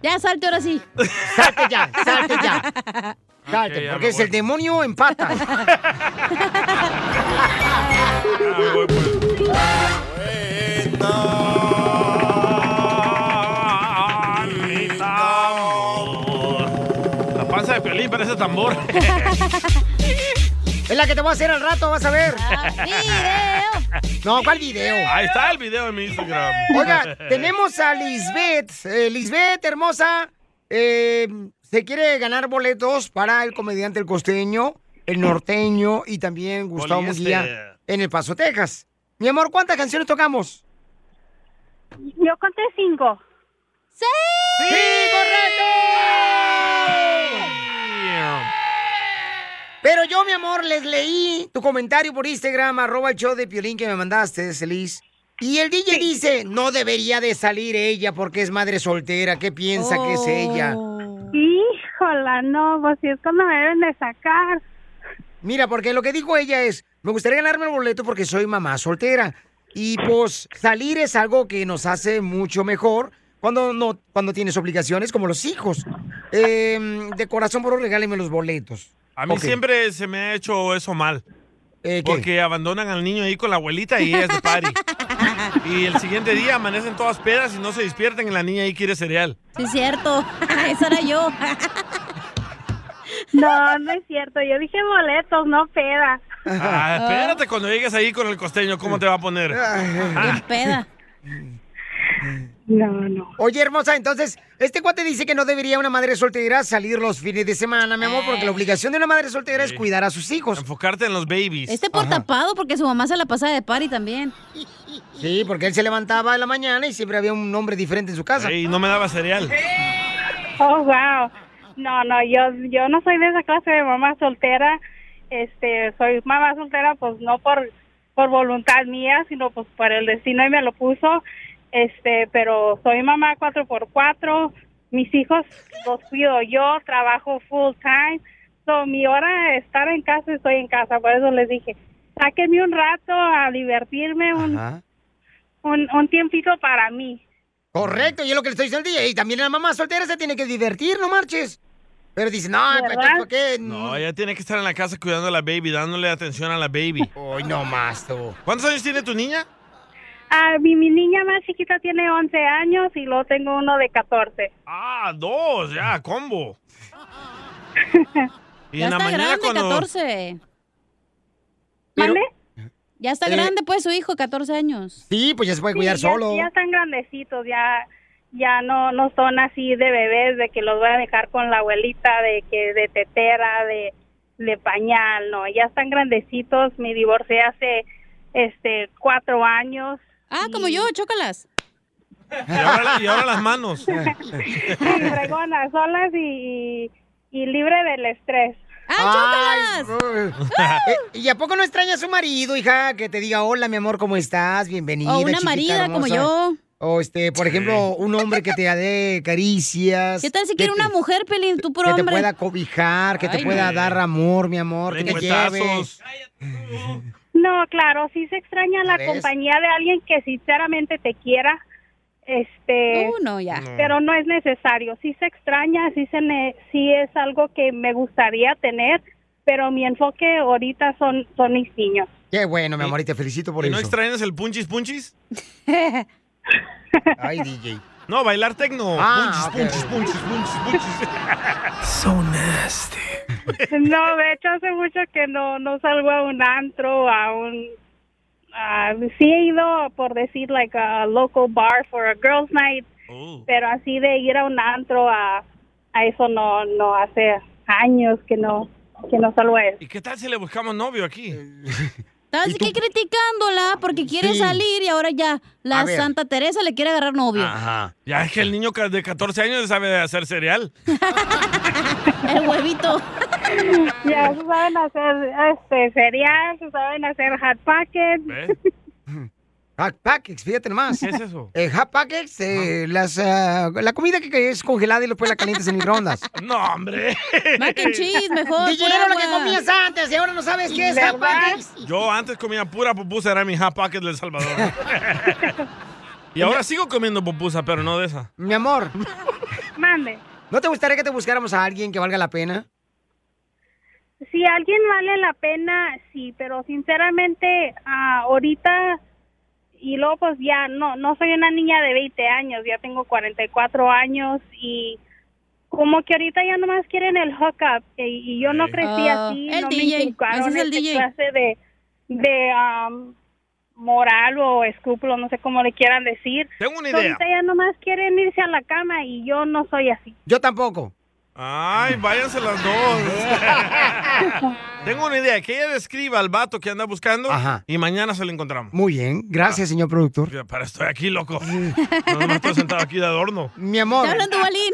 Speaker 3: ya salte ahora sí.
Speaker 1: Salte ya, salte ya. Salte,
Speaker 2: ya
Speaker 1: porque
Speaker 2: me
Speaker 1: es el demonio en patas.
Speaker 2: La panza de Piolín parece tambor.
Speaker 1: Es la que te voy a hacer al rato, vas a ver. No, ¿cuál video?
Speaker 2: Ahí está el video en mi Instagram.
Speaker 1: Oiga, tenemos a Lisbeth. Eh, Lisbeth, hermosa, eh, se quiere ganar boletos para el comediante El Costeño, El Norteño y también Gustavo
Speaker 2: Poliéster.
Speaker 1: Munguía en El Paso, Texas. Mi amor, ¿cuántas canciones tocamos?
Speaker 17: Yo conté cinco.
Speaker 3: ¡Sí!
Speaker 1: ¡Sí, correcto! Pero yo, mi amor, les leí tu comentario por Instagram, arroba el show de Piolín que me mandaste, Celis. Y el DJ dice, no debería de salir ella porque es madre soltera, ¿qué piensa que es ella?
Speaker 17: Híjola, no, pues si es cuando me deben de sacar.
Speaker 1: Mira, porque lo que dijo ella es, me gustaría ganarme el boleto porque soy mamá soltera. Y pues salir es algo que nos hace mucho mejor cuando no cuando tienes obligaciones como los hijos. Eh, de corazón, por favor, regáleme los boletos.
Speaker 2: A mí
Speaker 1: Ok. Eh,
Speaker 2: siempre se me ha hecho eso mal. porque abandonan al niño ahí con la abuelita y ella es de party. y el siguiente día amanecen todas pedas y no se despiertan y la niña ahí quiere cereal.
Speaker 3: Sí, es cierto. Esa era yo.
Speaker 17: No, no es cierto. Yo dije boletos, no peda.
Speaker 2: Ah, espérate cuando llegues ahí con el costeño, ¿cómo te va a poner? Ah,
Speaker 3: Peda.
Speaker 1: No, no. Oye, hermosa, entonces, este cuate dice que no debería una madre soltera salir los fines de semana, mi amor,
Speaker 3: Eh.
Speaker 1: porque la obligación de una madre soltera es cuidar a sus hijos.
Speaker 2: enfocarte en los babies.
Speaker 3: Este por tapado porque su mamá se la pasa de party también.
Speaker 1: Sí, porque él se levantaba en la mañana y siempre había un hombre diferente en su casa.
Speaker 2: Y no me daba cereal.
Speaker 17: Oh, wow. No, no, yo, yo no soy de esa clase de mamá soltera. Este, soy mamá soltera, pues no por, por voluntad mía, sino pues por el destino y me lo puso. Este, pero soy mamá 4x4. Mis hijos los cuido yo, trabajo full time. So, mi hora de estar en casa, estoy en casa. Por eso les dije, sáquenme un rato a divertirme, un, un, un tiempito para mí.
Speaker 1: Correcto, y es lo que le estoy diciendo al día. Y también la mamá soltera se tiene que divertir, no marches. Pero dice, no, ¿para qué- para qué? Mm,
Speaker 2: No, ella tiene que estar en la casa cuidando a la baby, dándole atención a la baby.
Speaker 1: Hoy no más, tú.
Speaker 2: ¿Cuántos años tiene tu niña?
Speaker 17: Ah, mi, mi niña más chiquita tiene 11 años y luego tengo uno de 14.
Speaker 2: Ah, dos, ya, combo. Y
Speaker 3: Ya
Speaker 2: en la
Speaker 3: está
Speaker 2: mañana
Speaker 3: grande,
Speaker 2: cuando...
Speaker 3: 14.
Speaker 2: Pero-
Speaker 3: Ya está
Speaker 1: Eh,
Speaker 3: grande, pues, su hijo, 14 años.
Speaker 1: Sí, pues ya se puede
Speaker 17: Sí,
Speaker 1: cuidar
Speaker 17: ya-
Speaker 1: solo.
Speaker 17: Ya están grandecitos, ya ya no no son así de bebés de que los voy a dejar con la abuelita de que de tetera, de de pañal, no, ya están grandecitos. Me divorcié hace este cuatro años.
Speaker 3: Ah, como yo, chócalas.
Speaker 2: Y ahora, la- y ahora las manos.
Speaker 17: Y fregona, solas y, y libre del estrés.
Speaker 1: ¡Ah, Eh, ¿Y a poco no extraña a su marido, hija? Que te diga, hola, mi amor, ¿cómo estás? Bienvenida.
Speaker 3: O Oh, una
Speaker 1: chiquita
Speaker 3: marida como
Speaker 1: hermosa".
Speaker 3: yo.
Speaker 1: O este, por ejemplo, un hombre que te dé caricias.
Speaker 3: ¿Qué tal si
Speaker 1: pues, que
Speaker 3: quiere
Speaker 1: te-
Speaker 3: una mujer, Pelín, tú por
Speaker 1: Que
Speaker 3: hombre?
Speaker 1: te pueda cobijar, que
Speaker 3: Ay,
Speaker 1: te pueda
Speaker 3: no.
Speaker 1: dar amor, mi amor, que te lleve.
Speaker 2: Lengüetazos.
Speaker 17: No, claro, sí se extraña la
Speaker 1: ¿Ves?
Speaker 17: compañía de alguien que sinceramente te quiera. Este,
Speaker 3: Uno ya.
Speaker 2: No.
Speaker 17: Pero no es necesario. Sí se extraña, sí se ne- sí es algo que me gustaría tener, pero mi enfoque ahorita son son mis niños.
Speaker 1: Qué bueno, mi amor, y te felicito por
Speaker 2: ¿Y
Speaker 1: eso.
Speaker 2: no extrañas el punchis punchis?
Speaker 1: Ay, DJ.
Speaker 2: No, bailar tecno.
Speaker 1: Ah,
Speaker 2: punchis,
Speaker 1: ok.
Speaker 2: punchis, punchis, punchis, punchis.
Speaker 1: So nasty.
Speaker 17: No, de hecho hace mucho que no no salgo a un antro, a un a- sí he ido por decir like a local bar for a girls night, pero así de ir a un antro a a eso no no hace años que no que no salgo a eso.
Speaker 2: ¿Y qué tal si le buscamos novio aquí?
Speaker 1: Eh.
Speaker 3: Estás aquí criticándola porque quiere
Speaker 2: Sí.
Speaker 3: salir y ahora ya
Speaker 2: A
Speaker 3: la
Speaker 2: ver. Ah,
Speaker 3: Santa Teresa le quiere agarrar novio.
Speaker 2: Ajá. Ya es que el niño ca- de 14 años sabe hacer cereal.
Speaker 3: El huevito.
Speaker 17: Ya se saben hacer este cereal, se saben hacer hot pockets.
Speaker 1: Hot packets, fíjate nomás.
Speaker 17: ¿Qué es eso?
Speaker 1: Eh, hot packets, eh, las, ah, la comida que, que es congelada y después la calientes en microondas.
Speaker 2: No, hombre.
Speaker 1: Mac and cheese, mejor, DJ, pura era lo que agua. comías antes y ahora no sabes qué es
Speaker 2: ¿Verdad?
Speaker 1: hot packets.
Speaker 2: Yo antes comía pura pupusa, era mi hot pocket del Salvador. y ahora sigo comiendo pupusa, pero no de esa.
Speaker 1: Mi amor.
Speaker 17: Mande.
Speaker 1: ¿No te gustaría que te buscáramos a alguien que valga la pena?
Speaker 17: Si alguien vale la pena, sí, pero sinceramente ah, ahorita y luego pues ya no no soy una niña de 20 años, ya tengo 44 años y como que ahorita ya nomás quieren el hookup y, y yo no crecí
Speaker 3: Ah,
Speaker 17: así,
Speaker 3: el
Speaker 17: no
Speaker 3: DJ,
Speaker 17: me inculcaron
Speaker 3: ese es el
Speaker 17: esa
Speaker 3: DJ.
Speaker 17: clase de de am, moral o escrúpulo, no sé cómo le quieran decir.
Speaker 2: Tengo una idea.
Speaker 17: Ahorita ya nomás quieren irse a la cama y yo no soy así.
Speaker 1: Yo tampoco.
Speaker 2: Ay, váyanse las dos. Tengo una idea, que ella describa al vato que anda buscando y mañana se lo encontramos.
Speaker 1: Muy bien, gracias, señor productor.
Speaker 2: Ya, Para estoy aquí, loco. No me estoy sentado aquí de adorno.
Speaker 1: Mi amor.
Speaker 3: Está hablando Balín.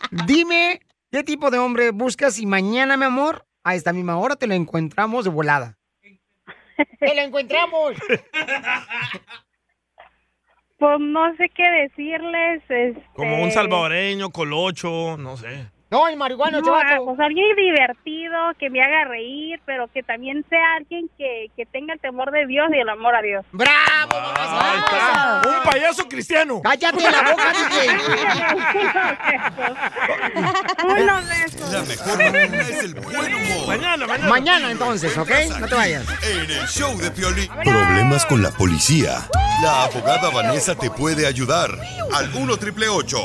Speaker 1: Dime qué tipo de hombre buscas y mañana, mi amor, a esta misma hora te lo encontramos de volada.
Speaker 9: ¡Te lo encontramos!
Speaker 17: Pues no sé qué decirles. Este...
Speaker 2: Como un salvadoreño, colocho, no sé.
Speaker 1: No, el marihuano,
Speaker 17: no, ah, pues alguien divertido, que me haga reír, pero que también sea alguien que, que tenga el temor de Dios y el amor a Dios.
Speaker 1: ¡Bravo!
Speaker 2: Ahí está. Un payaso cristiano.
Speaker 1: ¡Cállate la boca,
Speaker 17: Unos besos.
Speaker 4: La mejor vacuna es el buen humor.
Speaker 2: Mañana, mañana.
Speaker 1: Mañana entonces, ¿ok? No te vayas.
Speaker 4: En el show de Piolín. Problemas con la policía. La abogada Vanessa te puede ayudar. Al 1 848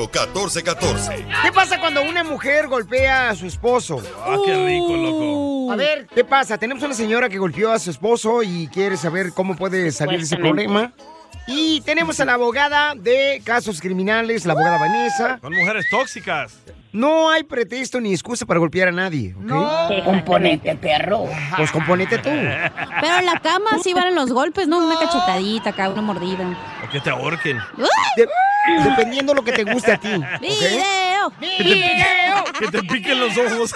Speaker 4: 1414.
Speaker 1: ¿Qué pasa cuando una mujer golpea a su esposo?
Speaker 2: Ah, qué rico, loco.
Speaker 1: A ver, ¿qué pasa? Tenemos una señora que golpeó a su esposo y quiere saber cómo puede
Speaker 3: Pues
Speaker 1: salir de ese problema. Y tenemos a la abogada de casos criminales, la abogada Vanessa.
Speaker 2: Son mujeres tóxicas.
Speaker 1: No hay pretexto ni excusa para golpear a nadie, ¿ok?
Speaker 3: No.
Speaker 1: Componete, perro. Pues componete tú.
Speaker 3: Pero en la cama sí valen los golpes, ¿no? Una cachetadita acá, una mordida.
Speaker 2: O que te ahorquen.
Speaker 1: De- dependiendo lo que te guste a ti.
Speaker 3: ¡Video!
Speaker 2: Que
Speaker 1: Este,
Speaker 2: te, piquen, que te piquen los ojos.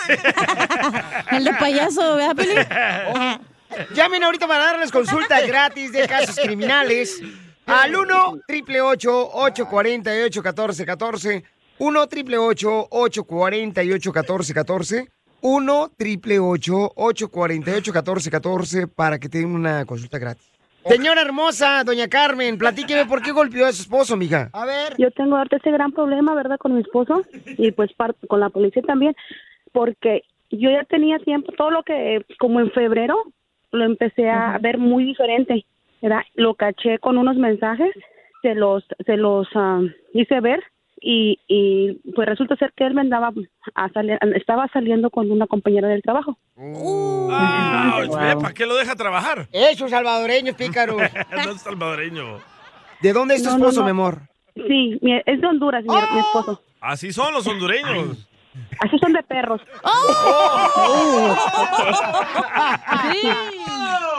Speaker 3: El de payaso, ¿verdad, Pelín?
Speaker 1: Llamen ahorita para darles consulta gratis de casos criminales al 1 888 848 1414 1 888 848 1414 1 888 848 1414 para que tengan una consulta gratis. Señora hermosa, doña Carmen, platíqueme por qué golpeó a su esposo, mija.
Speaker 7: A ver. Yo tengo ahorita ese gran problema, ¿verdad? Con mi esposo y pues par- con la policía también, porque yo ya tenía tiempo, todo lo que, como en febrero, lo empecé a ver muy diferente, ¿verdad? Lo caché con unos mensajes, se los, se los ah, hice ver y, y pues resulta ser que él me andaba a salir, estaba saliendo con una compañera del trabajo.
Speaker 2: Ah, ve, ¿Para qué lo deja trabajar?
Speaker 1: Eso, salvadoreños, pícaros.
Speaker 2: no es salvadoreño.
Speaker 1: ¿De dónde es tu
Speaker 7: No, no,
Speaker 1: esposo,
Speaker 7: no.
Speaker 1: mi amor?
Speaker 7: Sí, mi- es de Honduras, mi, mi esposo.
Speaker 2: Así son los hondureños.
Speaker 7: Así son de perros.
Speaker 2: ¡Oh!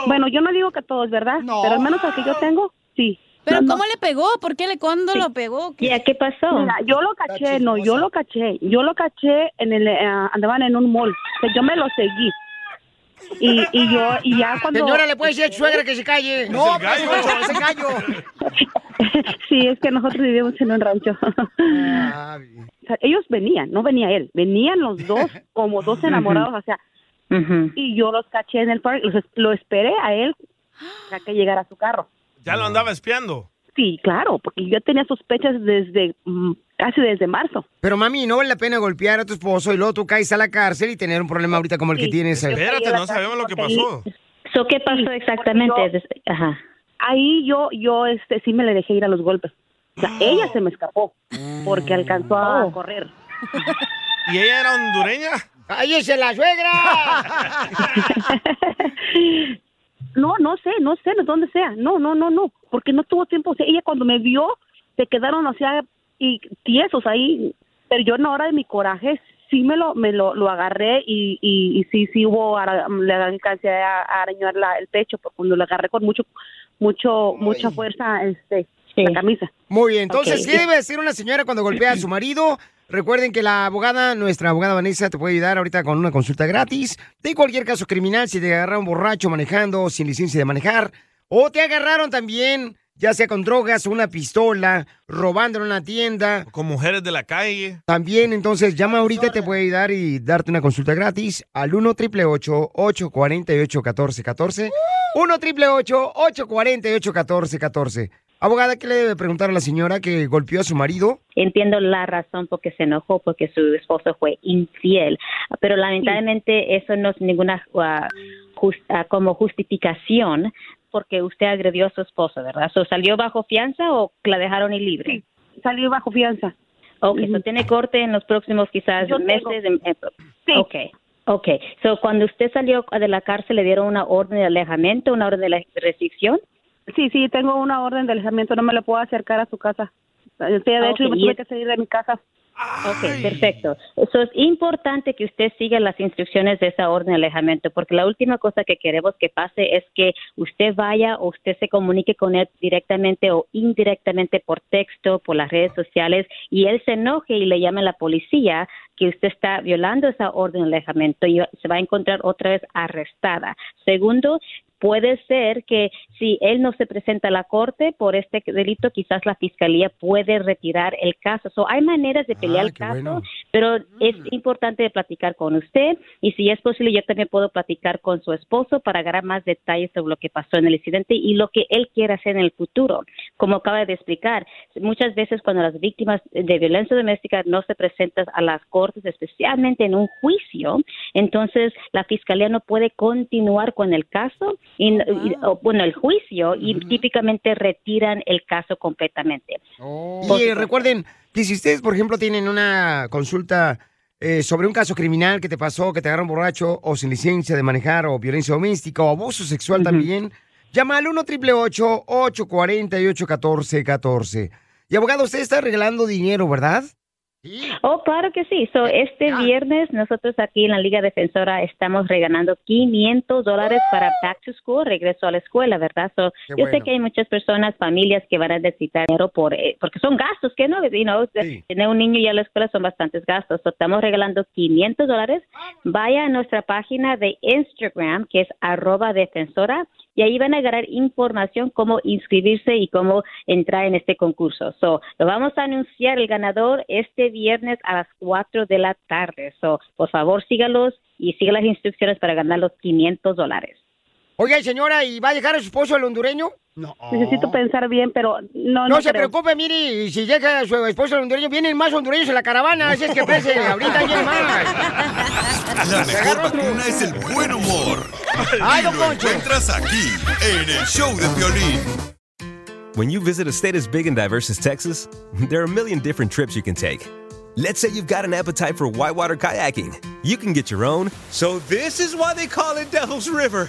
Speaker 7: Bueno, yo no digo que todos, ¿verdad? Pero al menos al que yo tengo, sí.
Speaker 3: ¿Pero
Speaker 7: No,
Speaker 3: cómo
Speaker 7: no.
Speaker 3: le pegó? ¿Por qué le cuándo lo pegó?
Speaker 7: ¿Y a qué pasó? Mira, yo lo caché, no, yo lo caché. Yo lo caché en el, eh, andaban en un mall. O sea, yo me lo seguí. Y, y yo, y ya cuando...
Speaker 1: Señora, ¿le puede decir a su suegra que se calle? No, pues, no, se callo.
Speaker 7: sí, es que nosotros vivimos en un rancho. O sea, ellos venían, no venía él, venían los dos como dos enamorados, o sea, y yo los caché en el parque, los, es- lo esperé a él para que llegara a su carro.
Speaker 2: Ya lo andaba espiando.
Speaker 7: Sí, claro, porque yo tenía sospechas desde mm, casi desde marzo.
Speaker 1: Pero mami, no vale la pena golpear a tu esposo y luego tú caes a la cárcel y tener un problema ahorita como el que tienes.
Speaker 2: Espérate, no sabemos lo que pasó.
Speaker 7: So, ¿Qué pasó
Speaker 27: exactamente?
Speaker 7: Ajá. Ahí yo, yo este, sí me le dejé ir a los golpes. O sea, ella se me escapó porque alcanzó a
Speaker 2: Oh.
Speaker 7: correr.
Speaker 2: ¿Y ella era hondureña?
Speaker 1: ¡Cállese la suegra!
Speaker 7: No, no sé, no sé de dónde sea. No, no, no, no. Porque no tuvo tiempo. O sea, ella cuando me vio, se quedaron, o sea, y tiesos ahí. Pero yo en la hora de mi coraje sí me lo, me lo, lo agarré y, y, y sí, sí hubo, ara- le alcancé a, a arañar la- el pecho, porque cuando lo agarré con mucho, mucho, mucha fuerza, este, la camisa.
Speaker 1: Muy bien, entonces,
Speaker 7: Ok.
Speaker 1: ¿qué debe decir una señora cuando golpea a su marido? Recuerden que la abogada, nuestra abogada Vanessa, te puede ayudar ahorita con una consulta gratis de cualquier caso criminal, si te agarraron borracho manejando, sin licencia de manejar, o te agarraron también, ya sea con drogas, una pistola, robando en una tienda.
Speaker 2: Con mujeres de la calle.
Speaker 1: También, entonces, llama ahorita, te puede ayudar y darte una consulta gratis al 1 888 848 1414 1 888 848 1414 Abogada, ¿qué le debe preguntar a la señora que golpeó a su marido?
Speaker 27: Entiendo la razón por qué se enojó, porque su esposo fue infiel, pero lamentablemente eso no es ninguna ah, jus- ah, como justificación porque usted agredió a su esposo, ¿verdad? So, ¿Salió bajo fianza o la dejaron y libre?
Speaker 7: Sí, salió bajo fianza.
Speaker 27: Ok, so tiene corte en los próximos quizás Yo tengo. meses. en- en- Ok, ok. So, cuando usted salió de la cárcel, ¿le dieron una orden de alejamiento, una orden de la- restricción?
Speaker 7: Sí, sí, tengo una orden de alejamiento, no me le puedo acercar a su casa. O sea, de hecho,
Speaker 27: Ah, Ok,
Speaker 7: yo me
Speaker 27: y
Speaker 7: tuve
Speaker 27: es-
Speaker 7: que salir de mi casa.
Speaker 27: Ok, perfecto. Eso es importante que usted siga las instrucciones de esa orden de alejamiento, porque la última cosa que queremos que pase es que usted vaya o usted se comunique con él directamente o indirectamente por texto, por las redes sociales, y él se enoje y le llame a la policía que usted está violando esa orden de alejamiento y se va a encontrar otra vez arrestada. Segundo, puede ser que si él no se presenta a la corte por este delito, quizás la fiscalía puede retirar el caso. So, hay maneras de pelear el caso, pero es importante platicar con usted y si es posible yo también puedo platicar con su esposo para agarrar más detalles sobre lo que pasó en el incidente y lo que él quiere hacer en el futuro. Como acaba de explicar, muchas veces cuando las víctimas de violencia doméstica no se presentan a las cortes, especialmente en un juicio, entonces la fiscalía no puede continuar con el caso, y, y- o, bueno, el juicio, y típicamente retiran el caso completamente.
Speaker 1: Y eh, recuerden que si ustedes, por ejemplo, tienen una consulta eh, sobre un caso criminal que te pasó, que te agarraron borracho o sin licencia de manejar o violencia doméstica o abuso sexual también, llama al 1 888 848 1414 Y abogado, usted está regalando dinero, ¿verdad?
Speaker 27: Oh, claro que sí. So, este viernes nosotros aquí en la Liga Defensora estamos regalando 500 dólares para Back to School, regreso a la escuela, ¿verdad? So,
Speaker 16: Qué
Speaker 27: yo sé
Speaker 16: bueno.
Speaker 27: que hay muchas personas, familias que van a necesitar dinero por, eh, porque son gastos, que no, you know, tener un niño ya a la escuela son bastantes gastos. So, estamos regalando 500 dólares. Vaya a nuestra página de Instagram, que es arroba defensora, y ahí van a agarrar información cómo inscribirse y cómo entrar en este concurso. So, lo vamos a anunciar el ganador este viernes a las 4 de la tarde. So, por favor, sígalos y siga las instrucciones para ganar los 500 dólares.
Speaker 1: Oiga, y señora, ¿y va a dejar a su esposo el hondureño? No.
Speaker 27: Necesito pensar bien, pero no, no,
Speaker 1: No, se
Speaker 27: creo.
Speaker 1: preocupe, mire, y si llega su esposo el hondureño, vienen más hondureños en la caravana, así es que pese, ahorita vienen más.
Speaker 4: La mejor vacuna es el buen humor.
Speaker 1: Ay,
Speaker 4: Y
Speaker 1: don
Speaker 4: lo
Speaker 1: Poncho.
Speaker 4: encuentras aquí, en el show de violín.
Speaker 21: When you visit a state as big and diverse as Texas, there are a million different trips you can take. Let's say you've got an appetite for whitewater kayaking. You can get your own. So this is why they call it Devil's River.